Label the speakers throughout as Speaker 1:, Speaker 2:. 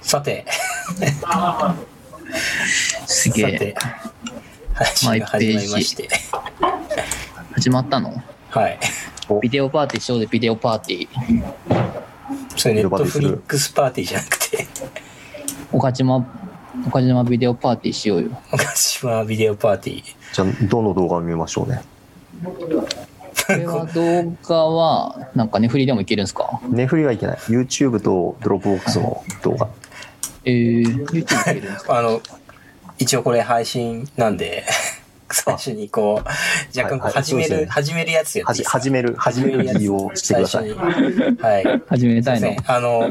Speaker 1: さて、
Speaker 2: すげ
Speaker 1: さ
Speaker 2: え。
Speaker 1: て、話が始まりまして。
Speaker 2: 始まったの
Speaker 1: はい。
Speaker 2: ビデオパーティーしようでビデオパーティー。
Speaker 1: それネットフリックスパーティーじゃなくて、
Speaker 2: 岡島、岡島ビデオパーティーしよう よ。
Speaker 1: 昔はビデオパーティ
Speaker 3: じゃあ、どの動画を見ましょうね。
Speaker 2: これは動画は、なんかね、フリーでもいけるんですか
Speaker 3: ネフリはいけない。YouTube とドロップボックスの動画。
Speaker 2: えー、YouTube いけるんですか
Speaker 1: ー。あの、一応これ配信なんで、最初にこう、若干こ
Speaker 3: は
Speaker 1: う
Speaker 3: いはい
Speaker 1: 始め
Speaker 3: そうです
Speaker 1: る、
Speaker 3: ね
Speaker 1: 始めるやつや
Speaker 3: は
Speaker 1: っていいです
Speaker 3: じ、
Speaker 1: か
Speaker 3: 始める、始める理由をしてください。
Speaker 1: 最初にはい。
Speaker 2: 始めたい
Speaker 1: すい
Speaker 2: の
Speaker 1: ま。せんあの、は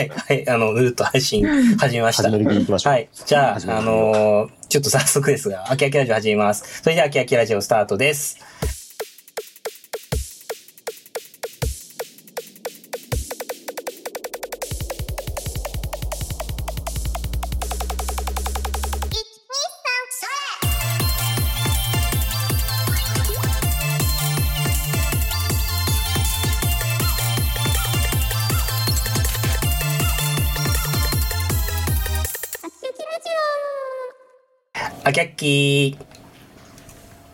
Speaker 1: い、はい、あの、ぬるっと配信始めました。
Speaker 3: 始める理由いきましょう。
Speaker 1: はい。じゃあ、
Speaker 3: 始める
Speaker 1: あのーちょっと早速ですが、あきあきラジオ始めます。それでは、あきあきラジオスタートです。あきあき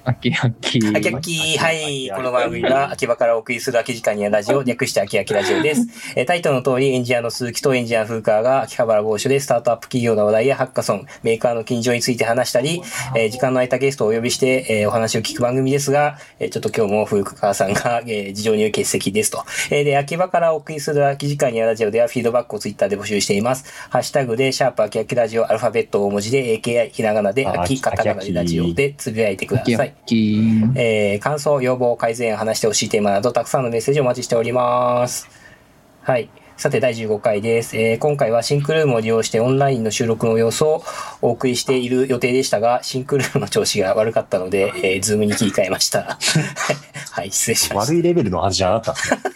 Speaker 2: あきあき。
Speaker 1: あきあきはい。
Speaker 3: あきあき
Speaker 1: この番組は、秋葉からお送りする秋時間にラジオ、略して秋秋ラジオ です。えータイトルの通り、エンジニアの鈴木とエンジニアの風川が秋葉原某所でスタートアップ企業の話題やハッカソン、メーカーの近所について話したり、えー時間の空いたゲストをお呼びして、えーお話を聞く番組ですが、えーちょっと今日も風川さんが、 えー事情により欠席ですと。えーで、秋葉からお送りする秋時間にラジオではフィードバックをツイッターで募集しています。ハッシュタグで、シャープ秋秋ラジオ、アルファベット大文字で、AKI ひらがなで、
Speaker 3: あ
Speaker 1: 秋、カタカナでラジオでつぶやいてく
Speaker 2: あ
Speaker 1: だ
Speaker 2: き
Speaker 1: さ
Speaker 2: あ
Speaker 1: い。
Speaker 2: き。
Speaker 1: えー感想、要望、改善、話してほしいテーマなど、たくさんのメッセージをお待ちしております。はい。さて、第15回です。えー今回はシンクルームを利用してオンラインの収録の様子をお送りしている予定でしたが、シンクルームの調子が悪かったので、えーズームに切り替えました。 はい、失礼しまし。
Speaker 3: 悪いレベルの味じゃなかったっすね。
Speaker 2: こ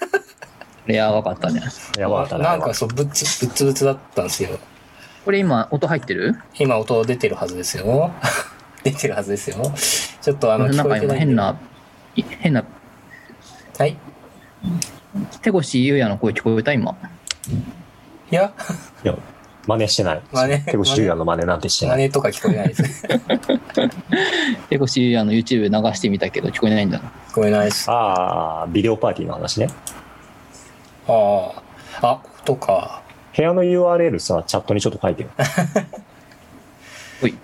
Speaker 2: れやばかったね。
Speaker 3: やばかったたね。
Speaker 1: なんかそう、ぶっつ、ぶっつぶつだったんですよ。
Speaker 2: これ今、音入ってる
Speaker 1: 今、音出てるはずですよ。 出てるはずですよ。ちょっとあの、
Speaker 2: な
Speaker 1: 聞
Speaker 2: ん
Speaker 1: こ
Speaker 2: か
Speaker 1: えて
Speaker 2: 今
Speaker 1: ないんで
Speaker 2: 変。な、い変な、
Speaker 1: はい。い
Speaker 2: 手越優也の声聞こえた今。
Speaker 1: や、
Speaker 3: いや、真似してない。
Speaker 1: 真似
Speaker 3: 結構、シュの真似なんてして
Speaker 1: 真
Speaker 3: ない。
Speaker 1: 似とか聞こえないです。
Speaker 2: 手越優也の YouTube 流してみたけど聞こえないんだな。
Speaker 1: 聞こえないです。
Speaker 3: ああ、ビデオパーティーの話ね。
Speaker 1: ああ、あ、とか。
Speaker 3: 部屋の URL さ、チャットにちょっと書いてよ。
Speaker 2: おい。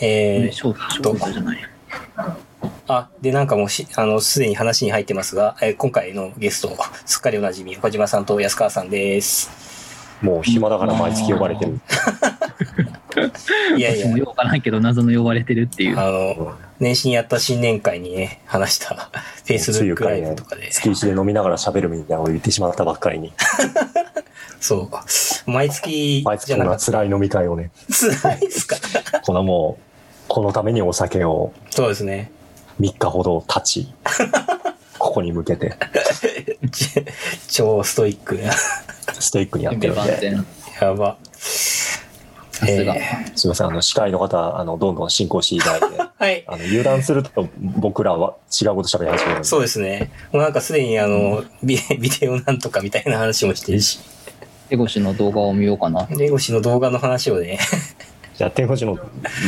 Speaker 1: えー、
Speaker 2: ショート、ショートじゃない。
Speaker 1: あ、で、なんかもうし、あの、すでに話に入ってますが、えー今回のゲスト、すっかりおなじみ、岡島さんと安川さん です。
Speaker 3: もう暇だから毎月呼ばれてる。
Speaker 1: いやい
Speaker 2: 私も
Speaker 1: や、
Speaker 2: よくわからんけど、謎の呼ばれてるっていう。
Speaker 1: あ
Speaker 3: う
Speaker 1: の、
Speaker 3: ん
Speaker 1: 年始にやった新年会にね、話 した、Facebook ライブとかで、
Speaker 3: 月一で飲みながら喋るみたいなこと言ってしまったばっかりに。
Speaker 1: そう、毎月
Speaker 3: 毎
Speaker 1: じ
Speaker 3: 月
Speaker 1: ゃ
Speaker 3: こ
Speaker 1: なんかっ
Speaker 3: な辛い飲み会をね、
Speaker 1: た、 辛いですか
Speaker 3: このもう、このためにお酒を
Speaker 1: そうですね。
Speaker 3: 3日ほど経 ち、ここに向けて、
Speaker 1: ち超ストイックな。
Speaker 3: ストイックにやって
Speaker 2: 出
Speaker 3: るん
Speaker 2: 番
Speaker 3: で、
Speaker 2: 点。
Speaker 1: やば。
Speaker 2: さすが。
Speaker 1: え
Speaker 3: すみません、あの、司会の方、あの、どんどん進行していただ いて、
Speaker 1: ーはい。
Speaker 3: あの、油断すると僕らは違うこと喋り始めるんで、
Speaker 1: そうですね。もうなんかすでにあの、ビデビデオなんとかみたいな話もしてるし、
Speaker 2: 手越の動画を見ようかな。
Speaker 1: レゴシの動画の話をね、
Speaker 3: じゃあ、天狗寺の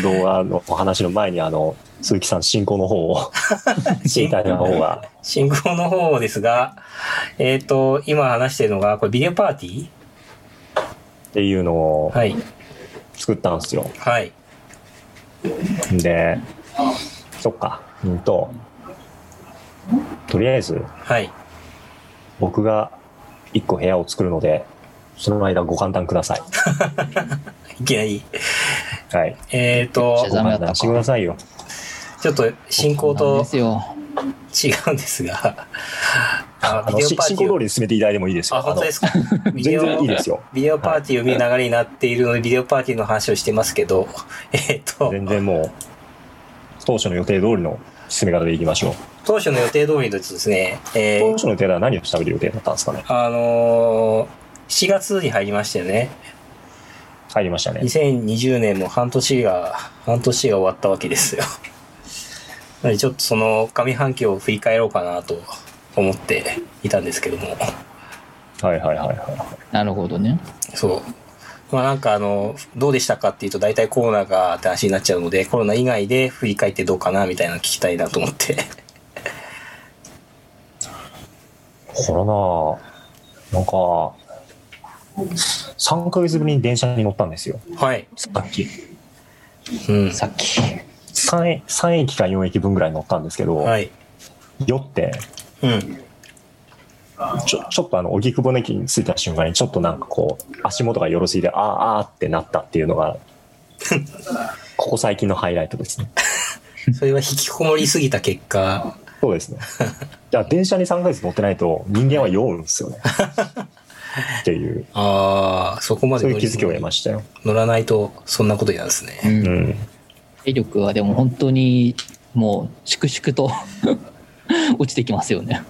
Speaker 3: 動画のお話の前に、あの、鈴木さん進行の方 をしていただいた方が、
Speaker 1: 進行の方ですが、えっ、と、今話してるのが、これビデオパーティ
Speaker 3: っていうのを
Speaker 1: ーはい。
Speaker 3: 作ったんですよ。
Speaker 1: はい。
Speaker 3: で、そっか、うんと、とりあえず、
Speaker 1: はい。
Speaker 3: 僕が一個部屋を作るので、その間ご勘担ください。
Speaker 1: いきなり。
Speaker 3: はい。
Speaker 1: えっ、と
Speaker 2: じ
Speaker 3: ご
Speaker 2: ゃ、あダメだ
Speaker 3: 勘
Speaker 2: ったか
Speaker 3: 担してくださいよ。
Speaker 1: ちょっと進行
Speaker 2: そうなん
Speaker 1: と
Speaker 2: ですよ。
Speaker 1: 違うんですが、あ
Speaker 3: あの、し進行通りに進めていただいてもいいですよ。
Speaker 1: あ、本当ですか
Speaker 3: あの全然いいですよ。
Speaker 1: ビデオパーティーを見る流れになっているので、ビデオパーティーの話をしてますけど、 えっ、と、
Speaker 3: 全然もう、当初の予定通りの進め方でいきましょう。
Speaker 1: 当初の予定通りだとですね、え
Speaker 3: 当
Speaker 1: ー
Speaker 3: 初の予定では何を喋る予定だったんですかね。
Speaker 1: あのー、7月に入りましたよね。
Speaker 3: 入りましたね。
Speaker 1: 2020年も半年が、半年が終わったわけですよ。 なのでちょっとその上半期を振り返ろうかなと思っていたんですけども。
Speaker 3: はいはいはいは
Speaker 2: なるほどね。
Speaker 1: そう。まあなんかあの、どうでしたかっていうと大体コロナがって話になっちゃうので、コロナ以外で振り返ってどうかなみたいなの聞きたいなと思っ て。
Speaker 3: い。コロナ、なんか、3ヶ月ぶりに電車に乗ったんですよ。
Speaker 1: はい。
Speaker 3: さっき。
Speaker 1: うん。
Speaker 2: さっき。
Speaker 3: 3, 3駅か4駅分ぐらい乗ったんですけど、
Speaker 1: はい。
Speaker 3: 酔って、
Speaker 1: うん。
Speaker 3: ちょ、ちょっとあの、荻窪の駅に着いた瞬間に、ちょっとなんかこう、足元がよろすぎて、あーあーってなったっていうの が、ここ最近のハイライトですね。
Speaker 1: それは引きこもりすぎた結果。
Speaker 3: そうですね。じゃあ、電車に3ヶ月乗ってないと、人間は酔うんです よね。っていう、
Speaker 1: ああ、そこまで
Speaker 3: そう
Speaker 1: 乗
Speaker 3: いう
Speaker 1: り
Speaker 3: 気づきを得ましたよ。
Speaker 1: 乗らないと、そんなことになるんですね。
Speaker 2: うん
Speaker 3: うん。
Speaker 2: 体力はでも本当にもう粛々と 落ちてきますよね。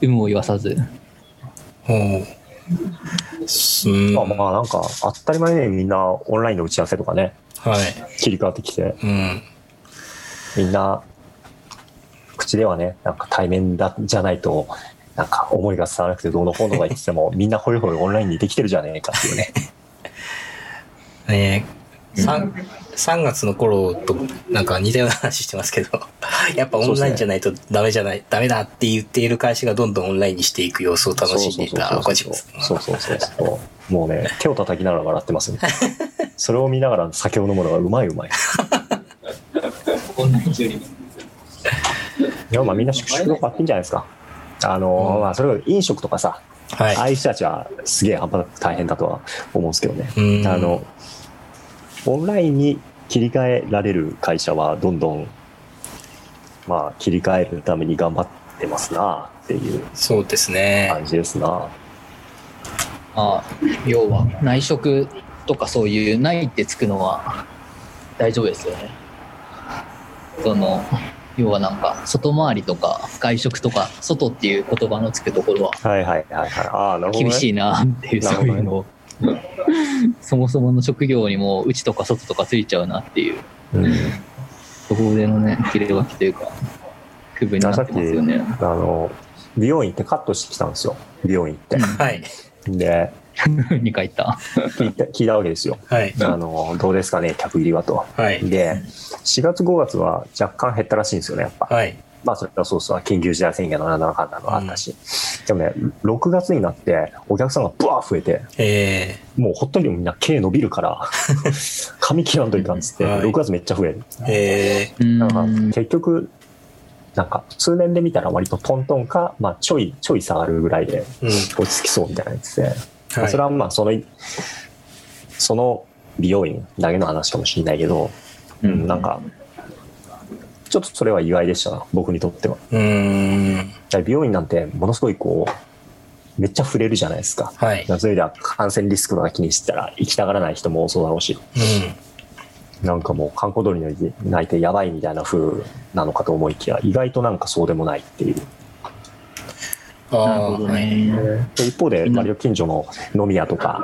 Speaker 2: 有無を言わさず。
Speaker 1: ほう。うん。
Speaker 3: まあまあ、なんか、当たり前にみんなオンラインの打ち合わせとかね、
Speaker 1: はい。
Speaker 3: 切り替わってきて、
Speaker 1: うん。
Speaker 3: みんな、口ではね、なんか対面だじゃないと、なんか思いが伝わらなくてどうのこうのとか言って ても、みんなほいほいオンラインにできてるじゃねえかっていうね。
Speaker 1: ねえ、3, 3月の頃となんか似たような話してますけど、 やっぱオンラインじゃないとダメじゃない、ダメだって言っている会社がどんどんオンラインにしていく様子を 楽しんでいた
Speaker 3: そう
Speaker 1: 岡
Speaker 3: そ
Speaker 1: 島
Speaker 3: う
Speaker 1: さん。
Speaker 3: そうそうそうそうそう。もう ね、手を叩きながら笑ってますよ。それを見ながら酒を飲むのがうまいうまい。いや、まあみんな粛々と買っていいんじゃないですか。あの、
Speaker 1: うん
Speaker 3: まあそれは飲食とかさ、ああ
Speaker 1: はい。
Speaker 3: いう人たちはすげえ半端なく大変だとは思うんですけどね。
Speaker 1: うん
Speaker 3: あの、オンラインに切り替えられる会社はどんどん、まあ切り替えるために頑張ってますなっていう
Speaker 1: そうですね。
Speaker 3: 感じですな。
Speaker 2: まあ、要は内職とかそういうないってつくのは大丈夫ですよね。その、要はなんか外回りとか外食とか外っていう言葉のつくところは
Speaker 3: はいはいはいはい。ああ、なるほど、ね。
Speaker 2: 厳しいなっていう、
Speaker 3: なる
Speaker 2: そ
Speaker 3: ほ
Speaker 2: う
Speaker 3: ど
Speaker 2: いうのを。 そもそもの職業にも内とか外とかついちゃうなっていう。
Speaker 3: うん
Speaker 2: そこでのね、切れ分けというか、区分にな
Speaker 3: あさ
Speaker 2: っ
Speaker 3: ってき、
Speaker 2: ますよね。
Speaker 3: あの、美容院ってカットしてきたんですよ。美容院って。
Speaker 1: はい。
Speaker 3: で、
Speaker 2: 2回言った。
Speaker 3: 聞いた聞いたわけですよ。
Speaker 1: はい。
Speaker 3: あの、どうですかね、客入りはと。
Speaker 1: はい。
Speaker 3: で、4月5月は若干減ったらしいんですよね、やっぱ。
Speaker 1: はい。
Speaker 3: まあ、それはそうそう、緊急事態宣言の7かんなのがあったし。でもね、6月になって、お客さんがブワー増えて、
Speaker 1: え
Speaker 3: もうほっといてもみんな毛伸びるから、髪切らんといかんっつって、
Speaker 1: はい
Speaker 3: 6月めっちゃ増える。
Speaker 1: ー、え
Speaker 2: うん
Speaker 3: なんか結局、なんか数年で見たら割とトントンか、まあ、ちょい、ちょい下がるぐらいで
Speaker 1: ー、うん。
Speaker 3: 落ち着きそうみたいなやつで、まあ
Speaker 1: はい
Speaker 3: それはまあその、その美容院だけの話かもしれないけど、うん、なんか、ちょっとそれは意外でしたな、僕にとっては。
Speaker 1: うーん。
Speaker 3: だから美容院なんてものすごいこう、めっちゃ触れるじゃないですか。
Speaker 1: はい。
Speaker 3: それでは感染リスクとか気にしてたら行きたがらない人も多そうだろうし、
Speaker 1: う
Speaker 3: なんかもう観光鳥の泣いてやばいみたいな風なのかと思いきや、意外となんかそうでもないっていう。
Speaker 1: ん。
Speaker 2: なるほど
Speaker 1: はい。
Speaker 2: ね。
Speaker 3: で一方で、
Speaker 2: うん
Speaker 3: 割と近所の飲み屋とか、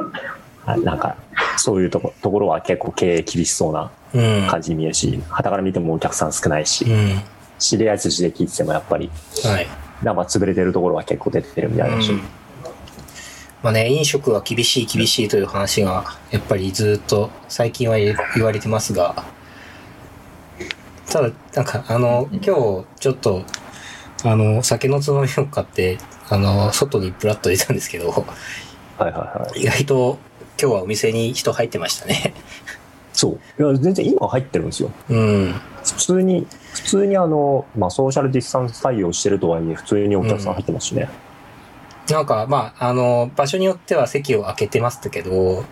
Speaker 3: あなんか、そういうとこところは結構経営厳しそうな
Speaker 1: うん。
Speaker 3: 感じに見えるし、傍から見てもお客さん少ないし
Speaker 1: う、ん。
Speaker 3: 知り合い筋で聞いててもやっぱり、
Speaker 1: はい。
Speaker 3: なんか潰れてるところは結構出てるみたいだし、
Speaker 1: まあね、飲食は厳しい厳しいという話が、やっぱりずっと最近は言言われてますが、ただ、なんか、あの、今日、ちょっと、あの、酒のつまみを買って、あの、外にプラッと出たんですけど、
Speaker 3: はいはいはい。
Speaker 1: 意外と今日はお店に人入ってましたね。
Speaker 3: そう。いや、全然今入ってるんですよ。
Speaker 1: うん。
Speaker 3: 普通に、普通にあの、まあ、ソーシャルディスタンス対応してるとはいえ、普通にお客さん入ってますしね。
Speaker 1: なんか、まあ、あの、場所によっては席を空けてましたけど、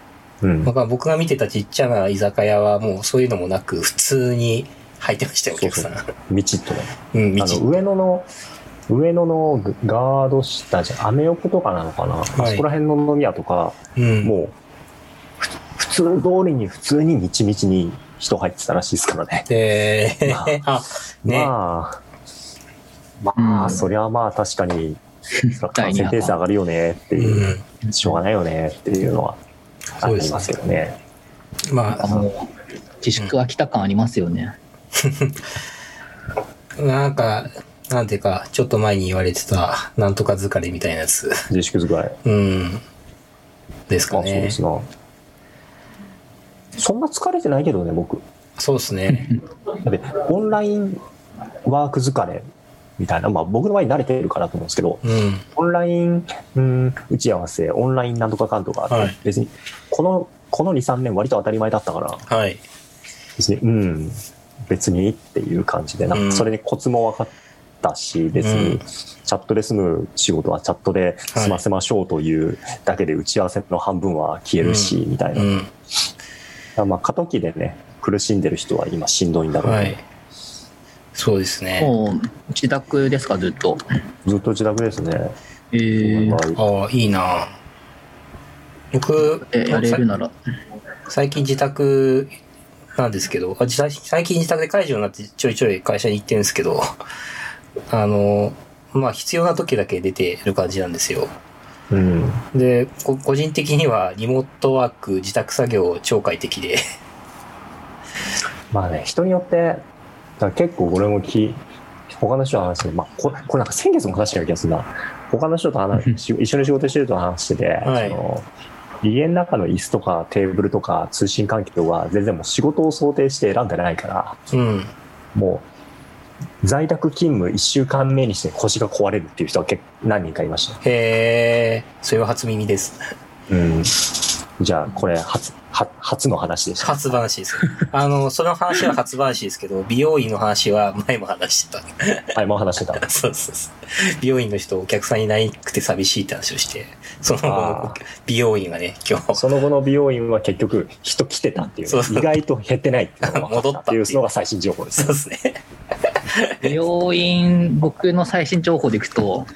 Speaker 3: うん。
Speaker 1: なんか僕が見てたちっちゃな居酒屋はもうそういうのもなく、普通に入ってましたよ、お客さん。
Speaker 3: そうみちっとね。
Speaker 1: うん、道
Speaker 3: あの、上野の、上野のガード下じゃ、アメ横とかなのかな、あそこら辺の飲み屋とか、
Speaker 1: うん。
Speaker 3: もう、ふ普通通りに、普通にみちみちに人入ってたらしいですからね。
Speaker 1: え
Speaker 3: ま
Speaker 1: ー、 あ、ね、
Speaker 3: まあ、まあ、
Speaker 2: うん
Speaker 3: そりゃまあ確 かに、感染ペース上がるよねって
Speaker 1: う
Speaker 3: いう、
Speaker 1: ん。
Speaker 3: しょうがないよねっていうのはあ
Speaker 1: そうで
Speaker 3: り
Speaker 1: す
Speaker 3: ま
Speaker 1: ね
Speaker 3: すけどね。
Speaker 1: ま
Speaker 2: あ
Speaker 1: あ、
Speaker 2: もう自粛飽きた感ありますよね。
Speaker 1: なんか、なんていうか、ちょっと前に言われてた、なんとか疲れみたいなやつ。
Speaker 3: 自粛使い。あ、
Speaker 1: うん。です
Speaker 3: そ
Speaker 1: か
Speaker 3: うで
Speaker 1: ね。
Speaker 3: すな。そんな疲れてないけどね、僕。
Speaker 1: そうですね。
Speaker 3: だって、オンラインワーク疲れみたいな、まあ僕の場合慣れてるからと思うんですけど、
Speaker 1: うん。
Speaker 3: オンライン、うん、打ち合わせ、オンラインなんとかかんとかあって、
Speaker 1: はい
Speaker 3: 別に、この、この2、3年割と当たり前だったから、
Speaker 1: はい。
Speaker 3: 別に、うん、別にっていう感じで、なん
Speaker 1: うん
Speaker 3: かそれにコツも分かったし、別
Speaker 1: うん
Speaker 3: に、チャットで済む仕事はチャットで済ませましょうというだけで打ち合わせの半分は消えるし、みたいうな。だか
Speaker 1: ん。
Speaker 3: らまあ、過渡期でね、苦しんでる人は今しんどいんだろう
Speaker 1: は
Speaker 3: ね
Speaker 1: い。そうですね。
Speaker 2: もう、自宅ですか、ずっと。
Speaker 3: ずっと自宅ですね。
Speaker 2: えー、
Speaker 1: ああ、いいな僕、
Speaker 2: えやれるなら。
Speaker 1: 最近自宅なんですけど、あ自最近自宅で解除になってちょいちょい会社に行ってるんですけど、あの、まあ必要な時だけ出てる感じなんですよ。
Speaker 3: うん。
Speaker 1: で、こ個人的にはリモートワーク、自宅作業超快適で、
Speaker 3: まあね、人によって、だから結構俺もき、他の人と話してて、まあ、ここれなんか先月も話してる気がするな。他の人と話し、一緒に仕事してると話してて、
Speaker 1: はい
Speaker 3: その家の中の椅子とかテーブルとか通信環境は全然もう仕事を想定して選んでないから、
Speaker 1: うん。
Speaker 3: もう在宅勤務1週間目にして腰が壊れるっていう人は結構何人かいました。
Speaker 1: へえ、それは初耳です。
Speaker 3: うん。じゃあこれ初、は初の話でした。
Speaker 1: 初話 です。あの、その話は初話ですけど、美容院の話は前も話してた。
Speaker 3: はい、もう話してた。
Speaker 1: そうそうそう。美容院の人、お客さんいなくて寂しいって話をして、その後の
Speaker 3: あー
Speaker 1: 美容院がね、今日、
Speaker 3: その後の美容院は結局人来てたっていうね、
Speaker 1: そうそう
Speaker 3: 意外と減ってないっていうのが分か
Speaker 1: 戻った
Speaker 3: っ
Speaker 1: って
Speaker 3: て
Speaker 1: い
Speaker 3: いううのが最新情報で
Speaker 1: そ
Speaker 3: す
Speaker 1: う。ですね。
Speaker 2: 病院、僕の最新情報でいくと、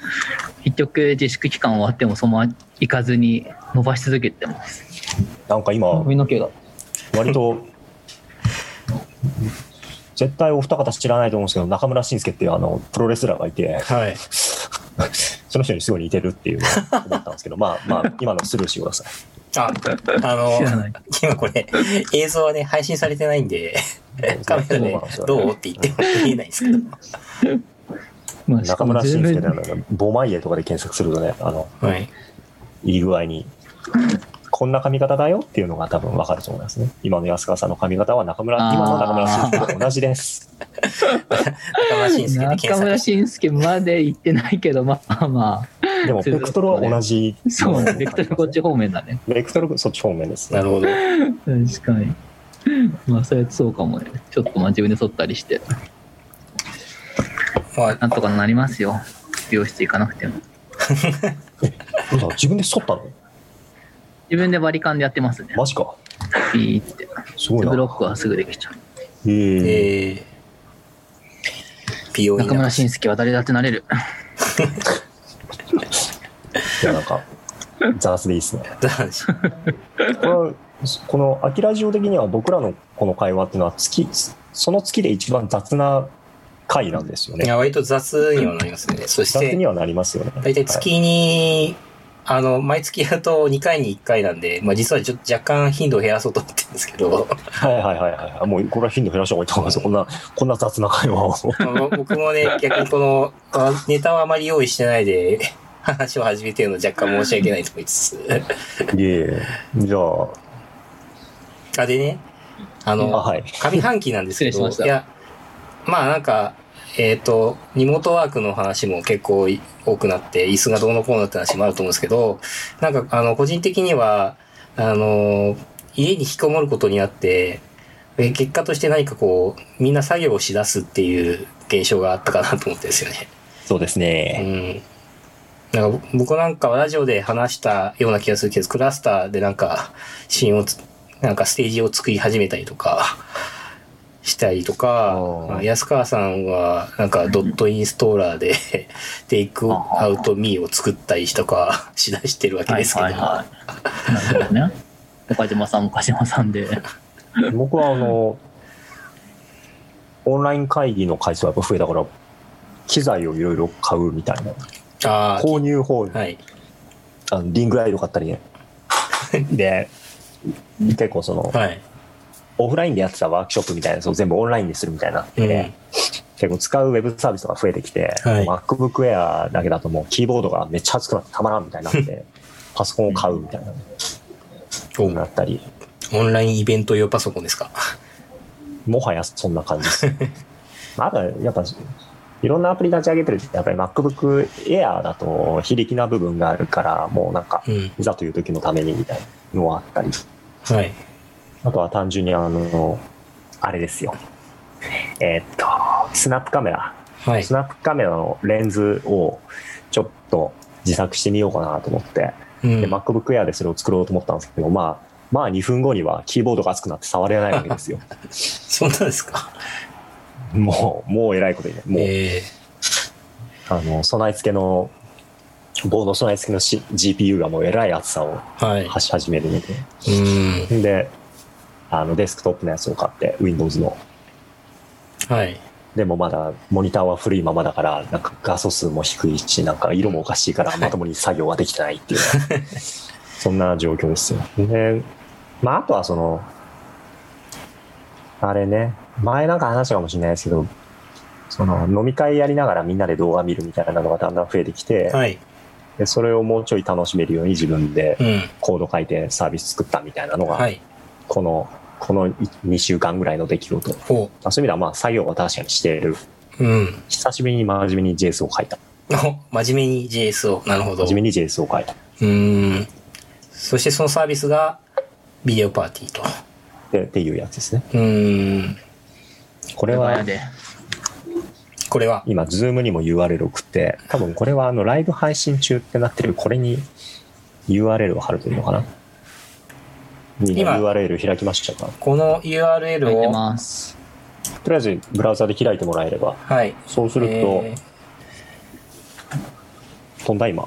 Speaker 2: 結局自粛期間終わっても、そのまま行かずに伸ばし続けてます。
Speaker 3: なんか今、
Speaker 2: 髪の毛が。
Speaker 3: 割と、絶対お二方知らないと思うんですけど、中村慎介っていうあのプロレスラーがいて、
Speaker 1: はい。
Speaker 3: その人にすごい似てるっていうのを思ったんですけど、まあまあ、今のスルーしてください。
Speaker 1: あ、あ
Speaker 2: 知ら
Speaker 1: の
Speaker 2: ない、
Speaker 1: 今これ、映像はね、配信されてないん で、カメラでどうって言っても言えないんですけど。
Speaker 2: まあしか
Speaker 3: 中
Speaker 2: も
Speaker 3: 村
Speaker 2: ズ
Speaker 3: 慎
Speaker 2: ー
Speaker 3: 介
Speaker 2: ム
Speaker 3: だよね、ボマイエとかで検索するとね、あの、
Speaker 1: はい。
Speaker 3: いい具合に、こんな髪型だよっていうのが多分分かると思いますね。今の安川さんの髪型は中村、
Speaker 2: あー
Speaker 3: 今の中村慎介と同じです。
Speaker 1: 中村慎介で
Speaker 2: 中
Speaker 1: 検
Speaker 2: 村
Speaker 1: 索して。
Speaker 2: 慎介まで行ってないけど、まあまあ、
Speaker 3: でも、ベクトルは同じ。
Speaker 2: そうね、ベクトルこっち方面だね。
Speaker 3: ベクトル、そっち方面です
Speaker 1: な
Speaker 3: ね。
Speaker 1: るほど。
Speaker 2: 確かに。まあ、それそうかもね。ちょっとまあ自分で剃ったりして、
Speaker 1: まあ、
Speaker 2: なんとかなりますよ。美容室行かなくても。
Speaker 3: 嘘自分で剃ったの
Speaker 2: 自分でバリカンでやってますね。
Speaker 3: マジか。
Speaker 2: ピーって。
Speaker 3: すごい
Speaker 2: ブロ
Speaker 3: な。
Speaker 2: ックはすぐできちゃう。
Speaker 3: えー、
Speaker 1: えー、美容院
Speaker 2: 中
Speaker 1: の
Speaker 2: 村
Speaker 1: 話。
Speaker 2: 慎介は誰だってなれる。
Speaker 3: いや、なんか、ザラスでいいですね。これは、この、アキラジオ的には僕らのこの会話っていうのは、月、その月で一番雑な回なんですよ
Speaker 1: い
Speaker 3: ね。
Speaker 1: や、割と雑にはなりますね。そし
Speaker 3: 雑
Speaker 1: て
Speaker 3: に、はなりますよね。
Speaker 1: 大体月に、あの、毎月やると2回に1回なんで、まあ実はちょっと若干頻度を減らそうと思ってるんですけど、
Speaker 3: はいはいはいはいはいはい。もう、これは頻度減らした方がいいと思いますよ。こんな、こんな雑な会話を。
Speaker 1: あの僕も ね、逆にこの、あネタはあまり用意してないで、 話を始めてるの若干申し訳ないと思いつ つ。
Speaker 3: いえいえ。じゃあ、
Speaker 1: あ、でね、あ
Speaker 3: あ、
Speaker 1: の、
Speaker 3: はい。
Speaker 1: 上半期なんですけど、
Speaker 2: 失礼しました
Speaker 1: いや、まあなんか、えっ、と、リモートワークの話も結構い多くなって、椅子がどうのこうのって話もあると思うんですけど、なんか、あの、個人的には、あの、家に引きこもることになって、え結果として何かこう、みんな作業をしだすっていう現象があったかなと思ってですよね。
Speaker 3: そうです
Speaker 1: う
Speaker 3: ね。
Speaker 1: ん。なんか僕なんかはラジオで話したような気がするけど、クラスターでなんか、シーンをつ、なんかステージを作り始めたりとか、したりとか
Speaker 3: あ、ー
Speaker 1: 安川さんはなんかドットインストーラーで、 テイクアウトミーを作ったりとかしだしてるわけですけど、
Speaker 2: い。なるほどね。岡島さん、岡島さんで。
Speaker 3: 僕は、あの、オンライン会議の回数はやっぱ増えたから、機材をいろいろ買うみたいな。
Speaker 1: あ
Speaker 3: 購入方に
Speaker 1: あ、はい。
Speaker 3: あのリングライド買ったりね。で、結構その、
Speaker 1: はい。
Speaker 3: オフラインでやってたワークショップみたいなやつを全部オンラインにするみたいになって、
Speaker 1: うん。
Speaker 3: 結構使うウェブサービスが増えてきて、
Speaker 1: はい
Speaker 3: MacBook Air だけだともうキーボードがめっちゃ熱くなってたまらんみたいになって、パソコンを買うみたいな、
Speaker 1: お
Speaker 3: なったり、
Speaker 1: オンラインイベント用パソコンです か。
Speaker 3: もはやそんな感じです。まだやっぱ、いろんなアプリ立ち上げてるって、やっぱり MacBook Air だと非力な部分があるから、もうなんか、
Speaker 1: うん。
Speaker 3: いざという時のためにみたいなのはあったり、
Speaker 1: はい。
Speaker 3: あとは単純にあの、あれですよ。えーっと、スナップカメラ。
Speaker 1: はい
Speaker 3: ス。ナップカメラのレンズをちょっと自作してみようかなと思って、
Speaker 1: うん
Speaker 3: で MacBook Air でそれを作ろうと思ったんですけど、まあ、まあ2分後にはキーボードが熱くなって触れないわ けですよ。
Speaker 1: そんなですか。
Speaker 3: もう、もう偉いことにね。もう、
Speaker 1: え
Speaker 3: あの、備え付けの、棒の備え付けの、C、GPU がもう偉い熱さを
Speaker 1: ーはい。
Speaker 3: 発し始めるので、
Speaker 1: うん。
Speaker 3: で、あの、デスクトップのやつを買って、Windows の。
Speaker 1: はい。
Speaker 3: でもまだ、モニターは古いままだから、なんか画素数も低いし、なんか色もおかしいから、まともに作業ができてない っていうのは、そんな状況ですよ。で、まあ、あとはその、あれね、前なんか話したかもしれないですけど、その、飲み会やりながらみんなで動画見るみたいなのがだんだん増えてきて、
Speaker 1: はい。
Speaker 3: でそれをもうちょい楽しめるように自分で
Speaker 1: うん。
Speaker 3: コード書いてサービス作ったみたいなのが、
Speaker 1: はい。
Speaker 3: この、この2週間ぐらいの出来事。
Speaker 1: ほ
Speaker 3: あそういう意味では、まあ、作業は確かにしてる。
Speaker 1: う。うん。
Speaker 3: 久しぶりに真面目に JS を書いた。
Speaker 1: お真面目に JS を。なるほど。
Speaker 3: 真面目に JS を書いた。
Speaker 1: うん。そしてそのサービスが、ビデオパーティーと。
Speaker 3: でっていうやつですね。
Speaker 1: うん。
Speaker 3: こ
Speaker 2: こ
Speaker 3: れは、
Speaker 2: で。
Speaker 1: これは。
Speaker 3: 今、Zoom にも URL 送って、多分これは、あの、ライブ配信中ってなってる、これに URL を貼るというのかな。今、
Speaker 1: 今
Speaker 3: URL 開きましたか
Speaker 1: この URL
Speaker 2: 書いて
Speaker 1: を、
Speaker 2: ます。
Speaker 3: とりあえず、ブラウザで開いてもらえれば。
Speaker 1: はい。
Speaker 3: そうすると、
Speaker 1: えー
Speaker 3: 飛んだ今。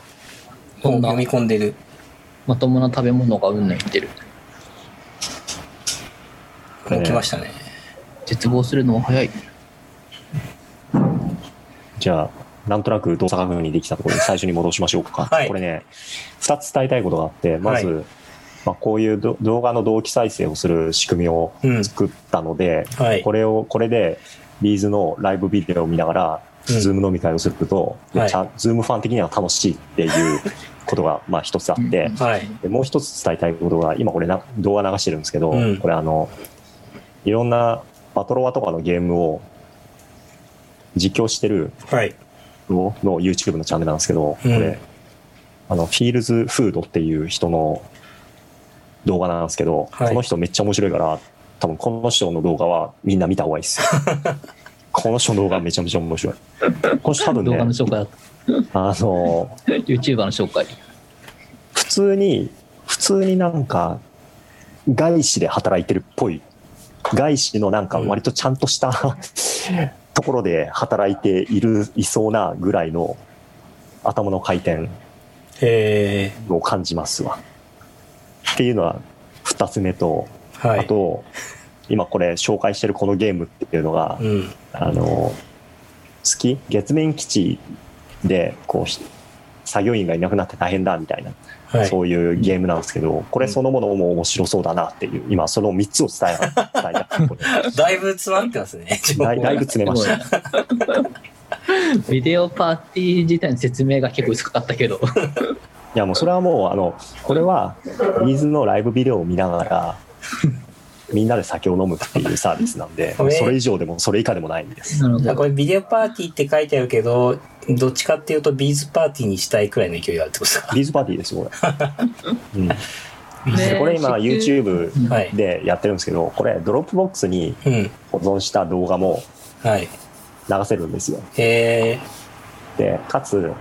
Speaker 1: お読み込んでる。
Speaker 2: まともな食べ物がうんぬん言ってる。
Speaker 1: もう来ましたね。
Speaker 2: 絶望するのは早い。
Speaker 3: じゃあ、なんとなく動作確認できたところに最初に戻しましょうか。
Speaker 1: はい
Speaker 3: これね、2つ伝えたいことがあって、まず、
Speaker 1: は
Speaker 3: まあ、こういうど動画の同期再生をする仕組みを
Speaker 1: うん
Speaker 3: 作ったので、
Speaker 1: はい
Speaker 3: これを、これで、ビーズのライブビデオを見ながら、
Speaker 1: うん
Speaker 3: ズーム飲み会をすると、
Speaker 1: はい
Speaker 3: めっちゃズームファン的には楽しいっていうことが、まあ一つあって、
Speaker 2: うん
Speaker 1: はい。
Speaker 3: でもう一つ伝えたいことが、今これな動画流してるんですけど、
Speaker 1: うん
Speaker 3: これあの、いろんなバトロワとかのゲームを実況してる
Speaker 1: はい。
Speaker 3: の YouTube のチャンネルなんですけど、こ
Speaker 1: うん
Speaker 3: れ、あの、フィールズフードっていう人の動画なんですけど、
Speaker 1: はい
Speaker 3: この人めっちゃ面白いから、多分この人の動画はみんな見た方がいいですよ。この人の動画めちゃめちゃ面白い。この人多分
Speaker 2: 動画の
Speaker 3: ね、
Speaker 2: 紹介だった。
Speaker 3: あの、
Speaker 2: YouTuber の紹介。
Speaker 3: 普通に、普通になんか、外資で働いてるっぽい。外資のなんか割とちゃんとしたところで働いている、いそうなぐらいの頭の回転
Speaker 1: え
Speaker 3: を感じますわ。っていうのは二つ目と、
Speaker 1: ー、はい。
Speaker 3: あと、今これ紹介してるこのゲームっていうのが、
Speaker 1: うん。
Speaker 3: あの、月月面基地で、こうひ、作業員がいなくなって大変だみたいな
Speaker 1: はい。
Speaker 3: そういうゲームなんですけど、これそのものも面白そうだなっていう、今その3つを伝えた伝えたこ れ
Speaker 1: だいぶ詰まってますね。情報
Speaker 3: だいだいぶ詰めました。
Speaker 2: た。ビデオパーティー自体の説明が結構薄かったけど、
Speaker 3: いやもうそれはもう、あの、これは、ビーズのライブビデオを見な がら、みんなで酒を飲むっていうサービスなんで、
Speaker 1: これ
Speaker 3: それ以上でもそれ以下でもないんです。
Speaker 2: なるほ
Speaker 1: あこ
Speaker 2: ど。
Speaker 1: れビデオパーティーって書いてあるけど、どっちかっていうとビーズパーティーにしたいくらいの勢いがあるってことですか。
Speaker 3: ビーズパーティーですよ、これ。うん、
Speaker 2: ね
Speaker 3: でこれ今
Speaker 2: 知ってる
Speaker 3: YouTube
Speaker 1: はい。
Speaker 3: でやってるんですけど、これドロップボックスに
Speaker 1: うん。
Speaker 3: 保存した動画も
Speaker 1: はい。
Speaker 3: 流せるんですよ。
Speaker 1: え
Speaker 3: で、かつ、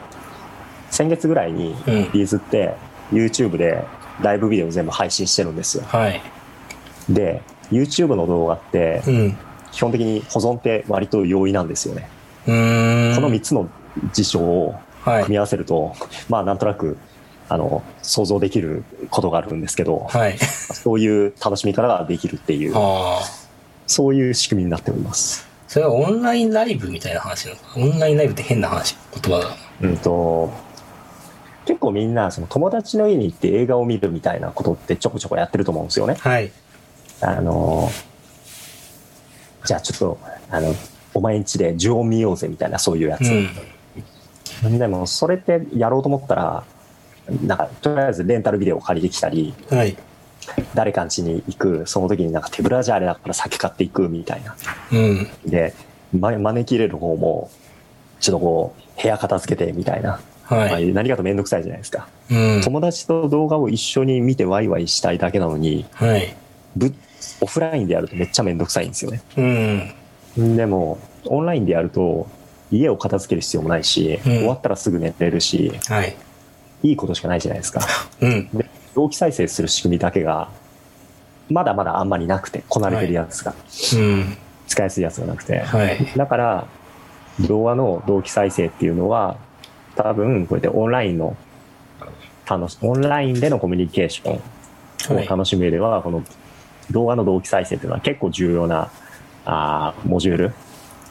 Speaker 3: 先月ぐらいに、
Speaker 1: ー、うん。
Speaker 3: ビーズって YouTube でライブビデオ全部配信してるんですよ。
Speaker 1: はい。
Speaker 3: で、YouTube の動画って
Speaker 1: うん。
Speaker 3: 基本的に保存って割と容易なんですよね。
Speaker 1: うーん。
Speaker 3: この3つの事象を
Speaker 1: は
Speaker 3: 組み
Speaker 1: い。
Speaker 3: 合わせると、まあなんとなく、あの、想像できることがあるんですけど、
Speaker 1: はい。
Speaker 3: そういう楽しみ方ができるっていう、
Speaker 1: ああ。
Speaker 3: そういう仕組みになっております。
Speaker 1: それはオンラインライブみたいな話なのかなオンラインライブって変な話、言葉だな。
Speaker 3: うんと、結構みんなその友達の家に行って映画を見るみたいなことってちょこちょこやってると思うんですよね。
Speaker 1: はい。
Speaker 3: あの、じゃあちょっと、あの、お前んちで呪音見ようぜみたいな、そういうやつ。
Speaker 1: うん。
Speaker 3: でも、それってやろうと思ったら、なんか、とりあえずレンタルビデオを借りてきたり、
Speaker 1: はい。
Speaker 3: 誰かん家に行く、その時になんか手ぶらじゃあれだから酒買っていくみたいな。
Speaker 1: うん。
Speaker 3: で、ま、招き入れる方も、ちょっとこう、部屋片付けてみたいな。
Speaker 1: はい。
Speaker 3: まあ何かとめんどくさいじゃないですか。
Speaker 1: うん。
Speaker 3: 友達と動画を一緒に見てワイワイしたいだけなのに、
Speaker 1: はい。
Speaker 3: ぶオフラインでやるとめっちゃめんどくさいんですよね。
Speaker 1: うん。
Speaker 3: でも、オンラインでやると、家を片付ける必要もないし、
Speaker 1: うん
Speaker 3: 終わったらすぐ寝れるし、
Speaker 1: はい。
Speaker 3: いいことしかないじゃないですか。
Speaker 1: うん。
Speaker 3: で、同期再生する仕組みだけが、まだまだあんまりなくて、こなれてるやつが、
Speaker 1: うん。
Speaker 3: 使いやすいやつがなくて。
Speaker 1: はい。
Speaker 3: だから、動画の同期再生っていうのは、多分、こうやってオンラインの、楽し、オンラインでのコミュニケーション
Speaker 1: は
Speaker 3: を
Speaker 1: い。
Speaker 3: 楽しむ上では、この動画の同期再生というのは結構重要なあーモジュール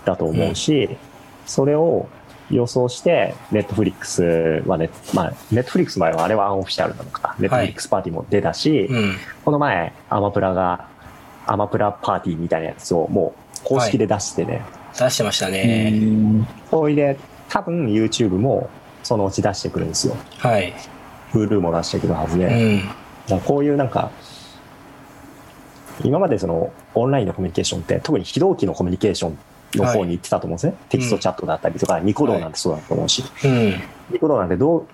Speaker 3: だと思うし、それを予想して、ネットフリックスはね、まあ、ネットフリックス前はあれはアンオフィシャルなのか、ネットフリックスパーティーも出たし、
Speaker 1: うん。
Speaker 3: この前、アマプラが、アマプラパーティーみたいなやつをもう公式で出してね、
Speaker 1: 出してました
Speaker 2: え
Speaker 1: ね。
Speaker 3: おいで、多分 YouTube もそのうち出してくるんですよ。
Speaker 1: はい。
Speaker 3: Hulu も出してくるはずで。
Speaker 1: う
Speaker 3: だか
Speaker 1: ん。
Speaker 3: らこういうなんか、今までそのオンラインのコミュニケーションって、特に非同期のコミュニケーションの方に行ってたと思うんですね。テキストチャットだったりとか、ニコ動なんてそうだと思うし、
Speaker 1: うん。
Speaker 3: ニコ動なんてどう、